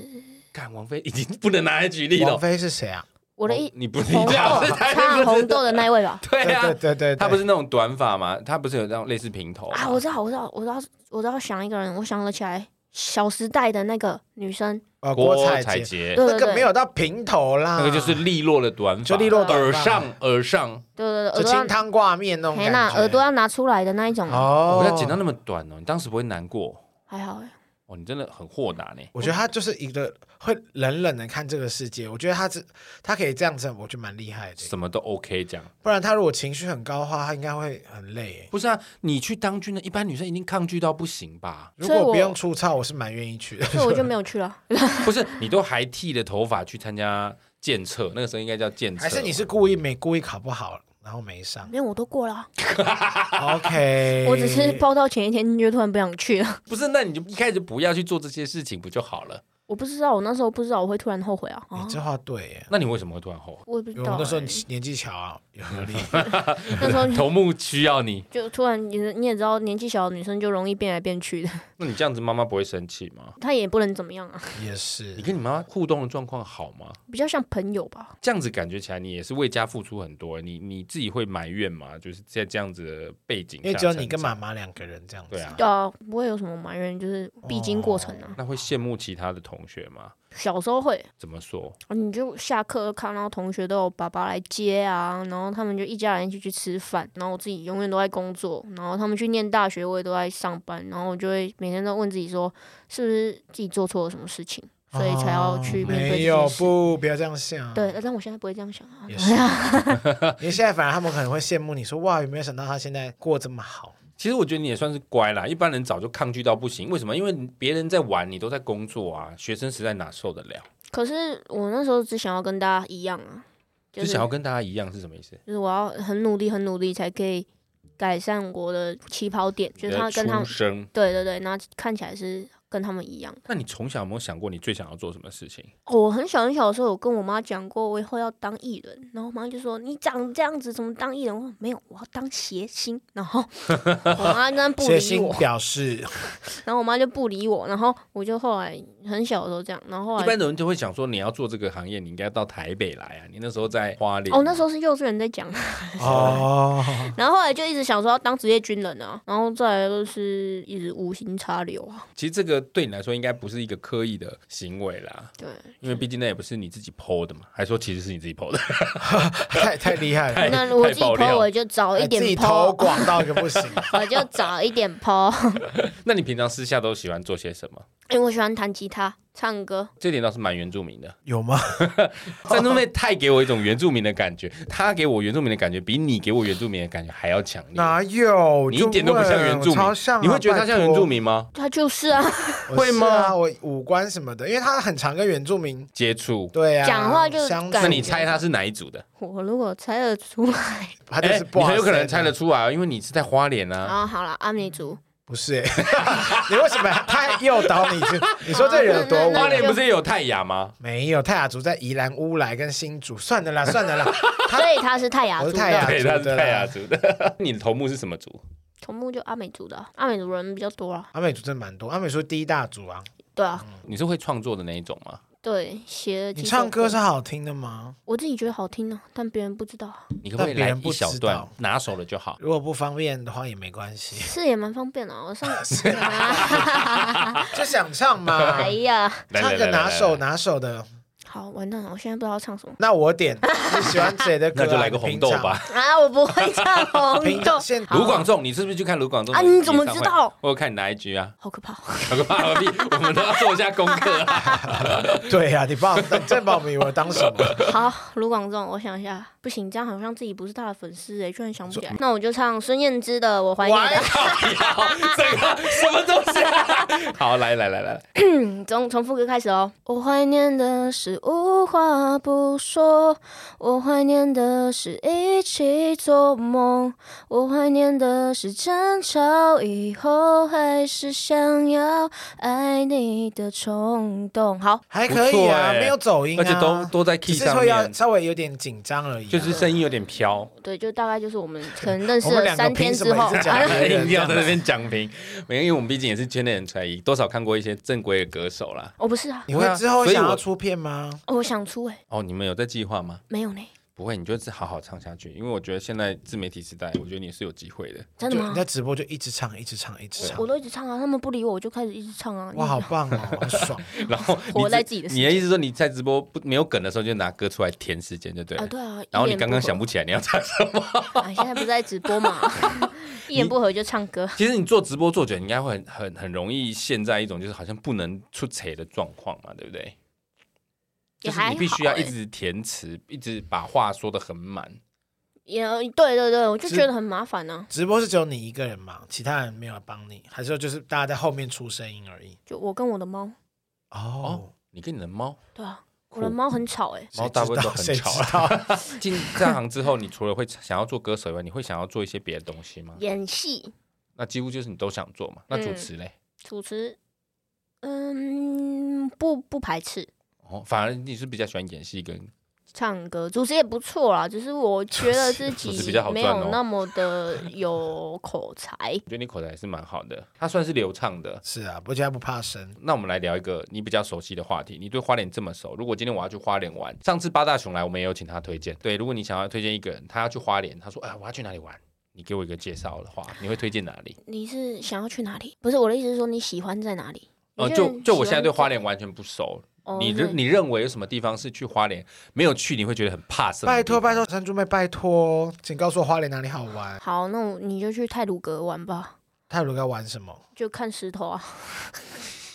A: 看王菲已经不能拿来举例了
B: 王。菲是谁啊？
C: 我的一
A: 哦你不你
C: 红
A: 这样
C: 豆
A: 是太
C: 唱红豆的那一位吧。
A: 对
B: 对对
A: 啊，
B: 对对，
A: 他不
B: 是
A: 是那种短发吗？他不是有那种类似平头吗
C: 啊，我知道，我知道，我知道，我知道想一个人，我想了起来，《小时代》的那个女生，
B: 呃
A: 郭
B: 郭
A: 采
B: 采洁，
A: 洁，
C: 对
B: 那
C: 对
B: 个
C: 对，
B: 没有到平头啦，
A: 那个就是利落的短发，
B: 就利落短发
A: 耳上耳上，
C: 对对对，
B: 就
C: 耳朵
B: 清
C: 要
B: 汤挂面那种
C: 嘿
B: 感
C: 那
B: 觉。
C: 耳朵要拿出来的那一种，
B: 哦，
A: 我要剪到那么短哦，你当时不会难过
C: 还好欸，
A: 哦？你真的很豁达呢。
B: 我觉得他就是一个会冷冷的看这个世界。我觉得他是他可以这样子，我觉得蛮厉害的。
A: 什么都 OK，这样
B: 不然他如果情绪很高的话，他应该会很累。？
A: 不是啊？你去当军的，一般女生一定抗拒到不行吧
B: 如
C: 所以
B: 果
C: 我
B: 不用出操，我是蛮愿意去 的。
C: 所以我就没有 去了。
A: 不是，你都还剃了头发去参加建测，那个时候应该叫建测，
B: 还是你是故意没故意考不好，然后 没上
C: 没有，我都过了啊，
B: ？OK，
C: 我只是报到前一天就突然不想去了。
A: 不是？那你就一开始就不要去做这些事情不就好了？
C: 我不知道，我那时候不知道我会突然后悔啊。啊
B: 你这话对耶，
A: 那你为什么会突然后悔？
C: 我也不知
B: 因为
C: 道
B: 我
C: 欸，
B: 那时候年纪小啊，有 合理。
C: 那时候
A: 头目需要你，
C: 就突然你你也知道，年纪小的女生就容易变来变去的，
A: 那你这样子妈妈不会生气吗？
C: 她也不能怎么样啊，
B: 也是
A: 你，跟你妈妈互动的状况好吗？
C: 比较像朋友吧。
A: 这样子感觉起来，你也是为家付出很多。欸你你自己会埋怨吗？就是在这样子的背景下，
B: 因为只有你跟妈，妈两个人这样子。
A: 对啊，
B: 哦
C: 对啊，不会有什么埋怨，就是必经过程啊。
A: 那会羡慕其他的同同学吗？
C: 小时候会，
A: 怎么说？
C: 哦你就下课看到同学都有爸爸来接啊，然后他们就一家人一起去吃饭，然后我自己永远都在工作，然后他们去念大学，我也都在上班，然后我就会每天都问自己说，是不是自己做错了什么事情，所以才要去
B: 哦
C: 面对
B: 没
C: 这件
B: 有
C: 事。
B: 不，不要这样想。
C: 对，但我现在不会这样想啊。
B: 也是， 因为现在反而他们可能会羡慕你说哇，有没有想到他现在过这么好？
A: 其实我觉得你也算是乖啦，一般人早就抗拒到不行。为什么？因为别人在玩，你都在工作啊，学生时代哪受得了？
C: 可是我那时候只想要跟大家一样啊，就
A: 就是想要跟大家一样是什么意思？
C: 就是我要很努力、很努力才可以改善我的起跑点，就是他
A: 你
C: 跟他
A: 的
C: 们
A: 呃出，生。
C: 对对对，然后看起来是跟他们一样。
A: 那你从小有没有想过你最想要做什么事情？
C: 哦我很小很小的时候，有跟我妈讲过，我以后要当艺人。然后我妈就说：“你长这样子，怎么当艺人？”我说：“没有，我要当谐星。” 然后我妈那不
B: 写
C: 理
B: 信
C: 我，
B: 表 示
C: 然后我妈就不理我。然后我就后来很小的时候这样，然后后
A: 一
C: 来
A: 般的人就会想说，你要做这个行业，你应该到台北来啊。你那时候在花莲
C: 哦，那时候是幼稚园在 讲，
B: 哦，
C: 然后后来就一直想说要当职业军人啊，然后再来就是一直无心插柳啊，
A: 其实这个对你来说应该不是一个刻意的行为啦，
C: 对，
A: 因为毕竟那也不嗯是你自己 PO 的嘛，还说其实是你自己 PO 的。
B: 太太厉害了，
C: 那如果自己
A: 太爆料
C: 剖，我就早一
B: 哎
C: 点
B: 自己投
C: 剖，
B: 广到一个不 行。
C: 我就早一点剖。
A: 那你平常私下都喜欢做些什么？
C: 因为我喜欢弹吉他、唱歌，
A: 这点倒是蛮原住民的。
B: 有吗？
A: 战中妹太给我一种原住民的感觉，他给我原住民的感觉比你给我原住民的感觉还要强烈。
B: 哪有？
A: 你一点都不像原住
B: 我超
A: 民，
B: 像啊
A: 你会觉得他像原住？民吗？
C: 他就是啊，
B: 拜托
A: 会吗
B: 我是啊我五官什么的，因为他很常跟原住民
A: 接触？
B: 对啊
C: 讲话就
B: 相处
A: 那你猜他是哪一组的？哎
C: 我如果猜得出来。
B: 他就是不
A: 你
B: 好
A: 很有可能
B: 生
A: 猜得出来，啊因为你是在花莲啊。
C: 啊，好了，阿美族，
B: 不是、 欸？你为什么他诱导你去？你说这人有多
C: 那
A: 花
B: 无
C: 那
A: 莲
B: 聊？
A: 不是也有泰雅吗？
B: 没有，泰雅族在宜兰、乌来跟新竹，算的啦，算的啦。
C: 所以他是泰雅
B: 我
C: 族
B: 是泰雅
C: 的，
A: 对，他是
B: 族的啦
A: 泰雅族的。 你的头目是什么族？
C: 头目就阿美族的啊，阿美族人比较多啦。
B: 阿美族真的蛮多，阿美族第一大族啊。
C: 对啊，
A: 你是会创作的那一种吗？
C: 对，写了
B: 你
C: 几首
B: 唱歌是好听的吗？
C: 我自己觉得好听呢，哦但别人不知道啊，
A: 你可不可以
B: 但别
A: 来
B: 人
A: 一
B: 不
A: 小
B: 知
A: 段
B: 道
A: 拿手了就好？
B: 如果不方便的话也没 关系，
C: 是也蛮方便的啊。我上
B: 啊就想唱嘛，
C: 哎呀，
A: 来
B: 唱
A: 来
B: 个
A: 来
B: 拿
A: 来
B: 手
A: 来
B: 拿手的。
C: 好完蛋了，我现在不知道要唱什么
B: 那我点你喜欢谁的歌啊？
A: 那就来个红豆吧。
C: 啊，我不 会唱
B: 平常。
C: 红豆
B: 平，现
A: 卢广仲，你是不是去看卢广仲的
C: 啊你怎么知
A: 演唱会
C: 道？
A: 我有看你哪一局啊？
C: 好可怕。哦
A: 小个爸屁，我们都要做一下功课啊。
B: 对呀、你把我你真把我们以为当什么？
C: 好，卢广仲，我想一下，不行，这样好像自己不是他的粉丝哎，居然想不起来。那我就唱孙燕姿的《我怀念
A: 哎
C: 的
A: 靠腰这个什么东西啊？ 好，来来来来来，》，
C: 从从副歌开始哦。我怀念的是无话不说，我怀念的是一起做梦，我怀念的是争吵以后还是想要爱你的冲动。好，
B: 还可以啊，
A: 不错欸
B: 没有走音啊，
A: 而且都都在 key
B: 只是
A: 上
B: 会要
A: 面，
B: 稍微有点紧张而已啊、
A: 就是声音有点 飘。
C: 对，就大概就是我们 可能认
B: 我
C: 识
B: 们
C: 了
B: 两个
C: 三天
B: 凭什
C: 之
B: 么
C: 后
B: 一直，讲别
A: 一
B: 人
A: 定 要在那边讲评，没有，因为我们毕竟也是圈内人才，多少看过一些正规的歌手啦。
C: 我、不是啊，
B: 你会之
A: 对啊
B: 后
A: 所以
B: 想
A: 我
B: 要出片吗？
C: 哦我想出哎、
A: 哦，你们有在计划吗？
C: 没有呢，
A: 不会，你就是好好唱下去，因为我觉得现在自媒体时代，我觉得你是有机会的。
C: 真的
B: 就你
C: 吗
B: 在？直播就一直唱，一直唱，一直唱
C: 我，都一直唱啊，他们不理我，我就开始一直唱啊。
B: 哇，好棒哦，好爽！
A: 然后你
C: 活
A: 自
C: 在自己的世
A: 你的意思说你在直播不没有梗的时候就拿歌出来填时间，就对了。
C: 啊，对啊。
A: 然后你
C: 一言
A: 刚刚
C: 合
A: 想不起 来你要唱什么。
C: 啊，现在不是在直播嘛， 一言不合就唱歌。
A: 其实你做直播做久，你应该会很很很容易陷在一种就是好像不能出彩的状况嘛，对不对？就
C: 也
A: 是
C: 还
A: 你必须
C: 好
A: 要一
C: 欸
A: 直填词，一直把话说的很满。
C: 也对对对，我就
B: 直
C: 觉得很麻烦呢、
B: 直播是只有你一个人嘛，其他人没有帮你，还是说就是大家在后面出声音而已？
C: 就我跟我的猫，
B: 哦，
A: 你跟你的猫，
C: 对啊，
A: 酷
C: 我的猫很吵哎、
A: 猫大部分都很
B: 谁知道
A: 吵
B: 谁知道
A: 进这行之后，你除了会想要做歌手以外，你会想要做一些别的东西吗？
C: 演戏、
A: 那几乎就是你都想做嘛。那主
C: 嗯
A: 持嘞？
C: 主持，嗯，不不排斥，
A: 哦，反而你是比较喜欢演戏跟
C: 唱歌，主持也不错啦。只是我觉得自
A: 主持
C: 己
A: 比较好
C: 没
A: 赚哦
C: 有那么 的有口才。
A: 我觉得你口才还是蛮好的，它算是流畅的。
B: 是啊，不加不怕生。
A: 那我们来聊一个你比较熟悉的话题。你对花莲这么熟，如果今天我要去花莲玩，上次八大熊来，我们也有请他推荐。对，如果你想要推荐一个人，他要去花莲，他说：“哎，我要去哪里玩？”你给我一个介绍的话，你会推荐哪里？
C: 你是想要去哪里？不是我的意思是说你喜欢在哪里？
A: 呃，
C: 有些
A: 就
C: 人
A: 就我现
C: 喜
A: 在
C: 欢
A: 对花莲完全不熟，
C: 哦
A: 你
C: 那
A: 认你认为有什么地方是去花莲没有去你会觉得很怕什么？
B: 拜托拜，托，山猪妹，拜托，请告诉我花莲哪里好玩？
C: 好，那我你就去泰鲁阁玩吧，
B: 泰鲁该玩什么？
C: 就看石头啊。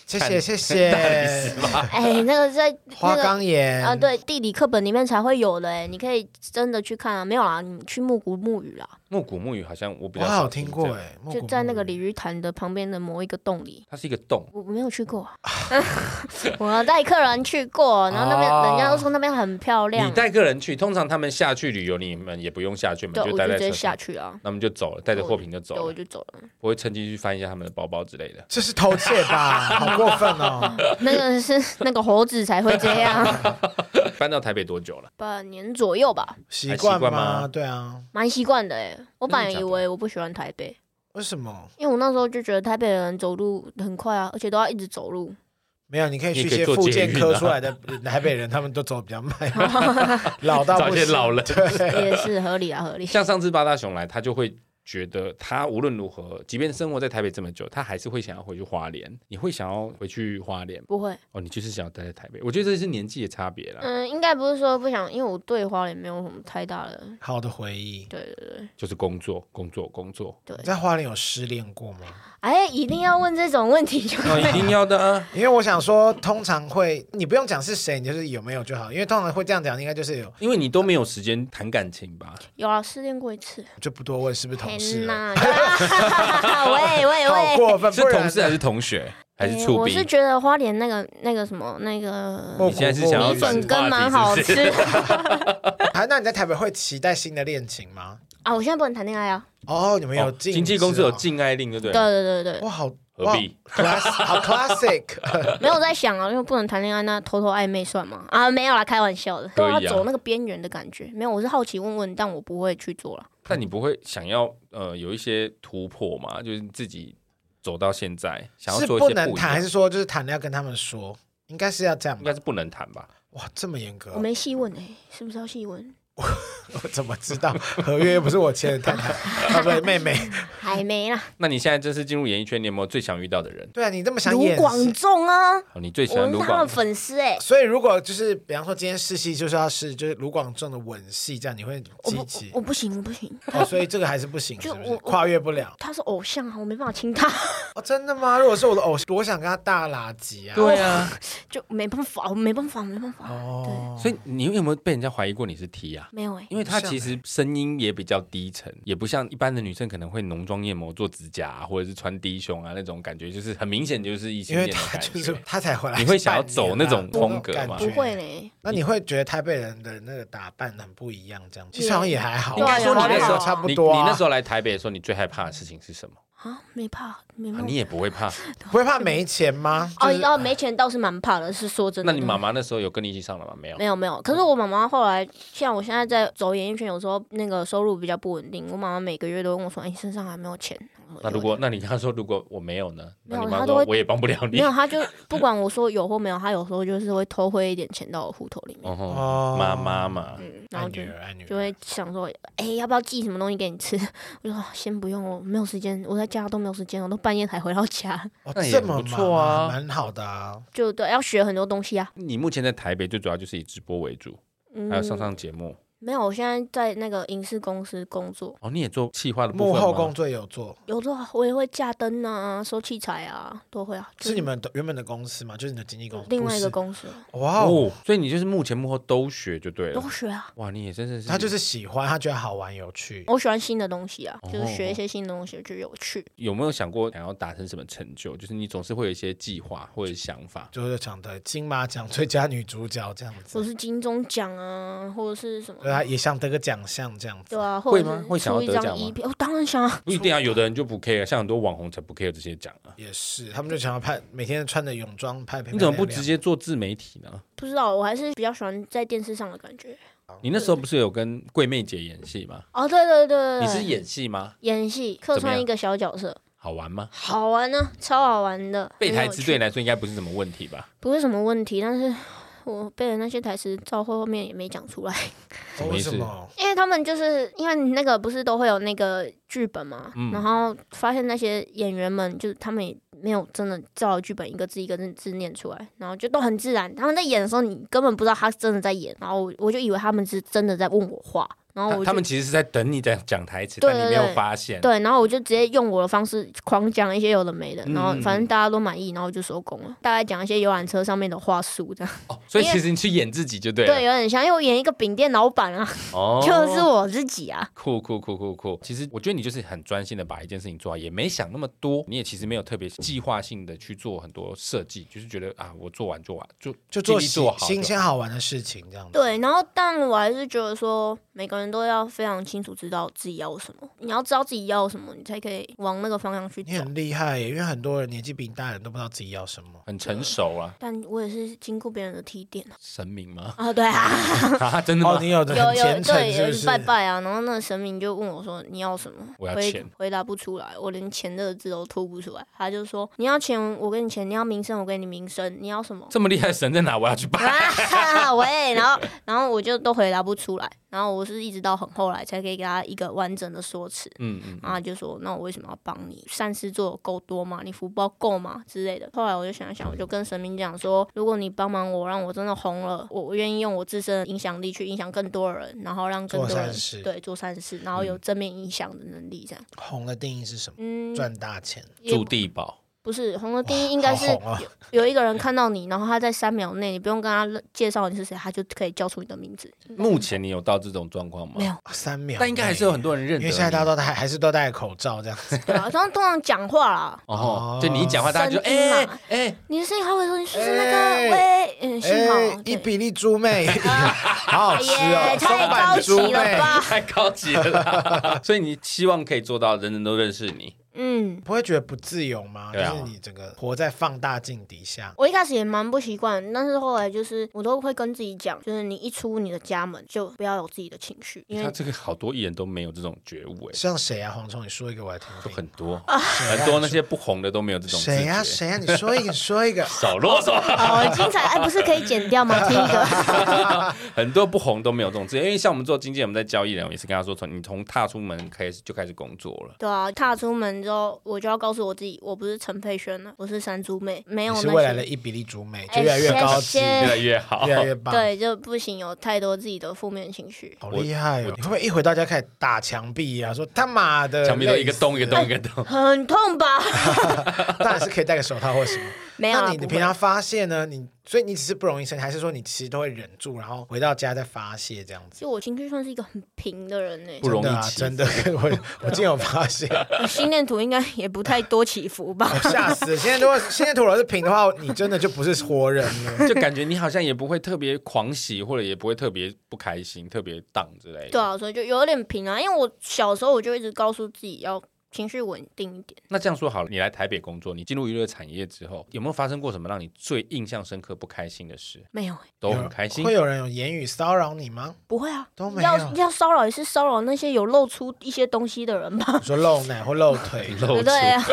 B: 谢
A: 看
B: 谢谢
A: 大理石
B: 谢，
A: 吗？
C: 哎，那个在
B: 花
C: 那个
B: 岗岩
C: 啊，，对，地理课本里面才会有的哎，你可以真的去看啊。没有啦， 你去木古木语啦，
A: 木古木语好像我比
B: 我
A: 较
B: 好
A: 少
B: 像听过
A: 哎，
B: 哎，木
C: 就
B: 古
C: 在那个
B: 木语
C: 鲤鱼潭的旁边的某一个洞里。
A: 它是一个洞，
C: 我我没有去 过啊，我带客人去过，然后那边、
A: 哦
C: 人家都说那边很漂亮
A: 你，带个人去，通常他们下去旅游，你们也不用下去嘛，
C: 对，我
A: 就
C: 就
A: 待在
C: 直接
A: 车
C: 下
A: 上，
C: 去啊，
A: 那我们就走了，带着货品就走
C: 对，我
A: 了，
C: 就走了。
A: 不会趁机去翻一下他们的包包之类的。
B: 这是偷窃吧？ 好过分哦！
C: 那个是那个猴子才会这 样，
A: 搬到台北多久了？
C: 半年左右吧，
B: 习惯
A: 哎习惯吗
B: 对啊，
C: 蛮习惯的哎。我本来
A: 真的假
C: 以
A: 的
C: 为我不喜欢台北，
B: 为什么？
C: 因为我那时候就觉得台北人走路很快啊，而且都要一直走路。
B: 没有，你可以去一
A: 你可
B: 些
A: 以做
B: 复健
A: 捷运
B: 科
A: 啊
B: 出来的呃台北人，他们都走得比较 慢，老到
A: 找
B: 不
A: 一些
B: 行
A: 老人，
C: 也是合理啊，合理。
A: 像上次八大熊来，他就会觉得他无论如何，即便生活在台北这么久，他还是会想要回去花莲。你会想要回去花莲吗
C: 不会，
A: 哦？你就是想要待在台北。我觉得这是年纪的差别啦，
C: 嗯，应该不是说不想，因为我对花莲没有什么太大的，
B: 好的回忆。
C: 对对对
A: 就是工作，工作，工作。
C: 对
B: 你。在花莲有失恋过吗？
C: 哎，一定要问这种问题 就
A: 哦，一定要的啊！
B: 因为我想说，通常会你不用讲是谁，你就是有没有就好。因为通常会这样讲，应该就是有，
A: 因为你都没有时间谈感情吧？
C: 有啊，失恋过一 次。
B: 就不多问是不是同事
C: 天
B: 了。
A: 啊
C: 呐！ 喂喂
B: 好
C: 喂！
B: 过分，
A: 是
B: 不然
A: 同哎事还是啊同学还是
C: 哎
A: 处
C: 我
A: 兵
C: 是？觉得花莲那个那个什么那个
B: 哦
A: 你现在是想要
C: 米
B: 转
C: 粉
A: 转
C: 羹蛮好吃
B: 还啊那你在台北会期待新的恋情吗？
C: 啊！我现在不能谈恋爱啊！
B: 哦，你们有禁、
A: 经纪公司有，禁爱令，对不
C: 对
A: 对？
C: 对对对，
B: 哇，好
A: 何必？
B: 哇 class 好 classic，
A: 哦
C: 没有在想啊，因为不能谈恋爱，那偷偷暧昧算吗？啊，没有啦，开玩笑的，
A: 可
C: 都
A: 以啊
C: 要走那个边缘的感觉。没有，我是好奇问问，但我不会去做了。
A: 但你不会想要呃有一些突破嘛？就是自己走到现在， 想要
B: 是
A: 做一
B: 不
A: 些不
B: 能
A: 一
B: 谈，还
A: 样
B: 是，说就是谈了要跟他们说？应该是要这样
A: 应
B: 吧
A: 该？是不能谈吧？
B: 哇，这么严格
C: 我，没细问哎、是不是要细问？
B: 我怎么知道合约又不是我签的？太太啊，不是妹妹。
C: 还没啦，
A: 那你现在正式进入演艺圈，你有没有最想遇到的人？
B: 对啊，你这么想
C: 卢
B: 演戏，
C: 广仲啊，
A: 哦你最喜
C: 我
A: 欢
C: 是
A: 卢
C: 他
A: 广
C: 的？粉丝哎、
B: 所以如果就是比方说今天试戏就是要试就是卢广仲的吻戏，这样你会
C: 我不
B: 积极
C: 我。不行我不行，
B: 哦，所以这个还是不行，
C: 就是
B: 不是
C: 我我
B: 跨越不了
C: 他是偶像啊，我没办法亲他，
B: 哦？真的吗？如果是我的偶像，我想跟他大垃圾 啊！
A: 对啊，
C: 就没办法，我没办法没办法，
B: 哦，
A: 所以你有没有被人家怀疑过你是 T 啊？
C: 没有哎、
A: 因为她
B: 不像欸
A: 其实声音也比较低沉，也不像一般的女生可能会浓妆艳抹、做指甲、啊、或者是穿低胸啊那种感觉，就是很明显就是异性
B: 因为
A: 恋的
B: 他
A: 感
B: 就是
A: 觉。
B: 他才回来半年啊，
A: 你会想要走那种风格吗
B: 那种感觉
C: 不会嘞，
B: 那你会觉得台北人的那个打扮很不一样，这样其实
C: 也
B: 好像也还好啊，
A: 应该说你那时候
B: 差不
A: 你
B: 多啊，
A: 你那时候来台北的时候，你最害怕的事情是什么？
C: 啊，没怕没
A: 啊
C: 办法
A: 你。也不会怕。
B: 不会怕没钱吗？
C: 哦
B: 就是
C: 哦，没钱倒是蛮怕的，是说真的。
A: 那你妈嗯妈那时候有跟你一起上了吗？没有
C: 没。有没有，可是我妈妈后来，像我现在在走演艺圈，有时候那个收入比较不稳定，我妈妈每个月都问我说：“哎、你身上还没有钱？”我说
A: 那如果 那你跟她说如果我没有呢？
C: 没
A: 那
C: 有
A: 你
C: 她
A: 妈
C: 都
A: 说
C: 会
A: 我也帮不了你
C: 没。有，她就不管我说有或没有，她有时候就是会偷汇一点钱到我户头里面，
A: 哦
B: 哦
A: 吼，妈妈嘛，
C: 嗯，
B: 爱
C: 然后就
B: 女儿，爱女儿，
C: 就会想说：“哎、要不要寄什么东西给你吃？” 我就说：“先不用，我没有时间，我在家都没有时间，我都半夜才回到家。
B: 哦
A: 那也
B: 这么
A: 不错啊
B: 忙蛮好的啊。”
C: 就对，要学很多东西啊。
A: 你目前在台北最主要就是以直播为主，
C: 嗯
A: 还有上上节目。
C: 没有，我现在在那个影视公司工作，
A: 哦，你也做企划的部
B: 幕
A: 分
B: 后
A: 吗
B: 工作也有做，
C: 有时候我也会架灯啊、收器材啊，都会啊。就是
B: 你们的原本的公司吗？就是你的经纪公司？
C: 另外一个
B: 不
C: 公司
B: 是哇哦，
A: 哦，所以你就是幕前幕后都学就对
C: 都
A: 了。
C: 学啊。
A: 哇，你也真的是，
B: 他就是喜欢，他觉得好玩有趣。
C: 我喜欢新的东西啊，就是
A: 哦
C: 学一些新的东西，我觉得有趣。
A: 有没有想过想要达成什么成就？就是你总是会有一些计划或者想法。
B: 就是想的金马奖最佳女主角这样
C: 或
B: 子，
C: 是金钟奖啊，或者是什么
B: 对？他也想得个奖项这样子。
C: 对啊，或
A: 会
C: 者
A: 吗
C: 是
A: 会想要
C: 出一
A: 得
C: 张
A: 奖吗
C: EP，我当然想啊。
A: 不一定啊，有的人就不 care，像很多网红才不 care 这些奖啊。
B: 也是，他们就想要拍，每天穿着泳装拍。
A: 你怎么不直？接做自媒体呢？
C: 不知道，我还是比较喜欢在电视上的感觉。
A: 你那时候不是有跟桂妹姐演戏吗？
C: 哦，对对对对，
A: 你是演戏吗？
C: 演戏客
A: 怎么
C: 串
A: 样
C: 一个小角色，
A: 好玩吗？
C: 好玩呢、超好玩的。
A: 背
C: 很
A: 台
C: 有
A: 词
C: 趣
A: 对你来说应该不是什么问题吧？
C: 不是什么问题，但是我背的那些台词到后面也没讲出来，
A: 什么
B: 为
A: 意思
B: 什么？
C: 因为他们就是因为那个不是都会有那个剧本嘛，
A: 嗯
C: 然后发现那些演员们就是他们也没有真的照着剧本一个字一个字字念出来，然后就都很自然。他们在演的时候，你根本不知道他真的在演，然后我我就以为他们是真的在问我话，然哦后我
A: 他
C: 就
A: 他们其实是在等你在讲台词，
C: 对
A: 但你没
C: 对
A: 有
C: 对
A: 发现。
C: 对，然后我就直接用我的方式狂讲一些有的没的，
A: 嗯
C: 然后反正大家都满意，然后我就收工了。大概讲一些游览车上面的话术这样。
A: 哦，所以
C: 因为
A: 其实你去演自己就对了。
C: 对，有点像，因为我演一个饼店老板啊，
A: 哦，
C: 就是我自己啊。
A: 酷酷酷酷酷！其实我觉得你就是很专心的把一件事情做好，也没想那么多，你也其实没有特别计划性的去做很多设计，就是觉得啊，我做完做完就
B: 就
A: 尽
B: 做
A: 力
B: 新
A: 做好
B: 新
A: 就
B: 鲜好玩的事情，这样子。
C: 对，然后但我还是觉得说，每个人都要非常清楚知道自己要什么，你要知道自己要什么，你才可以往那个方向去走
B: 你。很厉害耶，因为很多人年纪比你大的人都不知道自己要什么。
A: 很成熟啊，
C: 但我也是经过别人的提点啊？
A: 神明吗
C: 啊，对啊，
A: 啊，真的
B: 哦
A: 吗，？
B: 你有的
C: 有
B: 很
C: 有
B: 虔诚，
C: 对，
B: 是
C: 有
B: 不
C: 去
B: 是？
C: 拜拜啊，然后那个神明就问我说你要什么，
A: 我要
C: 回
A: 钱
C: 回答不出来，我连钱这个字都吐不出来，他就说你要钱我给你钱，你要名声我给你名声，你要什么？
A: 这么厉害的神在哪？我要去拜。
C: 啊喂，然后然后我就都回答不出来，然后我是一直到很后来才可以给他一个完整的说辞。
A: 嗯嗯，
C: 然后他就说：“那我为什么要帮你？善事做得够多吗？你福报够吗？之类的。”后来我就想一想，我就跟神明讲说：“如果你帮忙我，让我真的红了，我我愿意用我自身的影响力去影响更多人，然后让更
B: 做
C: 多
B: 善
C: 人
B: 事嗯
C: 对做善事，然后有正面影响的能力。”这样，
B: 红的定义是什么？
C: 嗯，
B: 赚大钱。
C: 也
A: 住地堡，
C: 不是红的定义应该是
B: 好红啊！
C: 有一个人看到你，然后他在三秒内，你不用跟他介绍你是谁，他就可以叫出你的名字。
A: 目前你有到这种状况吗？
C: 嗯没有，
B: 三秒内，
A: 但应该还是有很多人认
B: 因
A: 得
B: 为
A: 你。啊
B: 现在大家都戴，还是都戴口罩这样子。
C: 对啊，通常通常讲话啦，
A: 哦，就你一讲话，大家就
C: 神经
A: 哎
C: 嘛
A: 哎，
C: 你的声音好，我说你是不是那个、
B: 哎
C: 喂，嗯，幸好、对
B: 一比利猪 妹，好好吃哦，
C: 哎呀
B: 松
C: 太
B: 板
C: 高级
B: 猪
C: 了
B: 妹。
C: 吧？
A: 太高级了啦。 所以你希望可以做到人人都认识你。
C: 嗯，
B: 不会觉得不自由吗？就
A: 对啊
B: 是你整个活在放大镜底下，
C: 我一开始也蛮不习惯，但是后来就是我都会跟自己讲，就是你一出你的家门就不要有自己的情绪，因
A: 他
C: 为
A: 这个好多艺人都没有这种觉悟哎。
B: 像谁啊？黄虫，你说一个我来听
A: 就
B: 听。
A: 很 多、
C: 啊
A: 很多那些不红的都没有这种
B: 啊谁呀、
A: 呀、
B: 谁啊呀、你 说一个，你说一个。
A: 少啰嗦，
C: 好精彩，哎，不是可以剪掉吗？听一个，
A: 很多不红都没有这种自觉，因为像我们做经纪人，我们在教艺人，我也是跟他说，从你从踏出门开始就开始工作 了。
C: 对啊，踏出门之后，我就要告诉我自己，我不是陈佩轩了，我是山猪妹，没有
B: 你
C: 那
B: 是
C: 些
B: 未来的一比利猪妹，
C: 哎
B: 就越来越高级，
C: 谢谢
A: 越来越好，
B: 越来越棒。
C: 对，就不行，有太多自己的负面情绪。
B: 好厉害哦！你会不会一回到家开始打墙壁啊？说他妈的，
A: 墙壁都一个洞一个洞一个
B: 哦
A: 洞。
C: 很痛吧？
B: 累死了。当然是可以戴个手套或什么。
C: 没有
B: 那
C: 啦，
B: 你你
C: 不
B: 平
C: 会
B: 常发泄呢？你所以你只是不容易生气，还是说你其实都会忍住，然后回到家再发泄这样子？
C: 其实我情绪算是一个很平的人欸呢、
A: 不容易
B: 真的啊，
A: 起伏
B: 真的。我我竟有发泄，
C: 我心电图应该也不太多起伏吧？
B: 我哦吓死了！现在如果现在土楼是平的话，你真的就不是活人了。
A: 就感觉你好像也不会特别狂喜，或者也不会特别不开心、特别荡之类的。
C: 对啊，所以就有点平啊。因为我小时候我就一直告诉自己要情绪稳定一点。
A: 那这样说好了，你来台北工作，你进入娱乐产业之后，有没有发生过什么让你最印象深刻、不开心的事？
C: 没有、欸，
A: 都很哦开心
B: 会。有人有言语骚扰你吗？
C: 不会啊，
B: 都没有
C: 要要骚扰也是骚扰那些有露出一些东西的人吧？
B: 你说露奶或露腿
A: 露
C: 对
A: 出
C: 啊，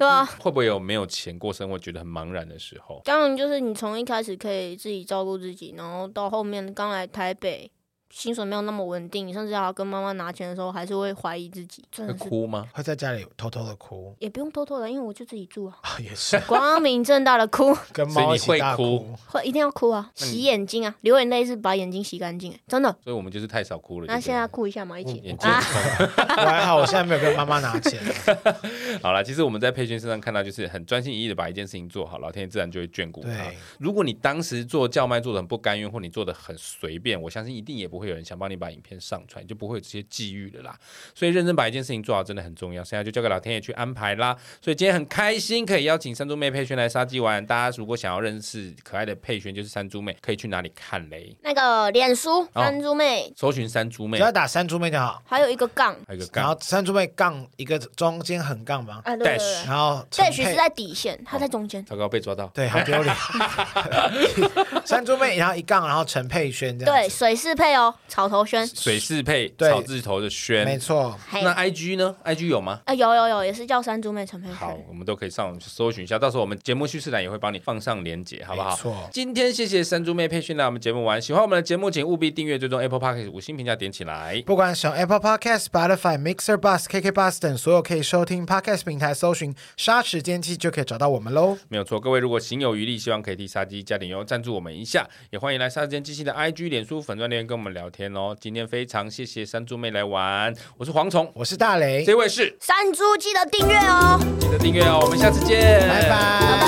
C: 对啊。
A: 会不会有没有钱过生活觉得很茫然的时候？
C: 当然就是你从一开始可以自己照顾自己，然后到后面刚来台北。薪水没有那么稳定，甚至还要跟妈妈拿钱的时候，还是会怀疑自己，真
A: 会
C: 的是
A: 哭吗？
B: 会在家里偷偷的哭
C: 也不用偷偷的，因为我就自己住啊。
B: 啊，也是
C: 光明正大的哭，
B: 跟猫一起大
A: 所以你会
B: 哭。
C: 会一定要哭啊！
A: 那你
C: 洗眼睛啊，流眼泪是把眼睛洗干净，欸真的。
A: 所以我们就是太少哭了。
C: 那
A: 就对
C: 现在
A: 了
C: 哭一下嘛，一起
A: 眼睛
C: 啊！
B: 我还好，我现在没有跟妈妈拿钱。
A: 好了，其实我们在佩轩身上看到，就是很专心一意的把一件事情做好，老天爷自然就会眷顾他
B: 对。
A: 如果你当时做叫卖做的很不甘愿，或你做的很随便，我相信一定也不会有人想帮你把影片上传，就不会有这些际遇了啦。所以认真把一件事情做好真的很重要，剩下就交给老天爷去安排啦。所以今天很开心可以邀请山猪妹佩轩来杀鸡玩。大家如果想要认识可爱的佩轩，就是山猪妹，可以去哪里看嘞？
C: 那个脸书
A: 哦
C: 山猪妹，
A: 搜寻山猪妹
B: 只，要打山猪妹就好，
C: 还有一个杠
A: 还有一个
B: 然
A: 杠
B: 后山猪妹杠一个中间横杠嘛，
C: 啊，对
A: Dash
C: 对
A: 哦
C: 对
B: 然后
C: 对
B: 陈
C: ，Dash 是
B: 佩
C: 在底线，他在中间。
A: 糟糕被抓到。
B: 对，好丢脸。山猪妹，然后一杠，然后陈佩轩这样
C: 对，
B: 子。
C: 水适配头，草头轩，
A: 水是配
B: 对
A: 草字头的
B: 没
A: 轩。
B: 错，
C: 嘿，
A: 那 I G 呢？I G 有吗？
C: 啊有有有，也是叫山猪妹陈佩
A: 好
C: 轩，，
A: 我们都可以上网去搜寻一下，到时候我们节目叙事栏也会帮你放上连结，好不
B: 没
A: 好？
B: 错，
A: 今天谢谢山猪妹配训来我们节目玩，喜欢我们的节目，请务必订阅、追踪 Apple Podcast 五星评价点起来。
B: 不管使用 Apple Podcast、Spotify、Mixer、Bus、KK Bus 等所有可以收听 Podcast 平台，搜寻“杀时间机”就可以找到我们喽。
A: 没有错，各位如果行有余力，希望可以替杀鸡加点油，赞助我们一下，也欢迎来杀鸡间机器的 IG、脸书粉专留言跟我们聊天哦。今天非常谢谢山猪妹来玩，我是蝗虫，
B: 我是大雷，
A: 这位是
C: 山猪记得订阅哦。
A: 记得订阅哦，我们下次见，
B: 拜拜，拜
C: 拜。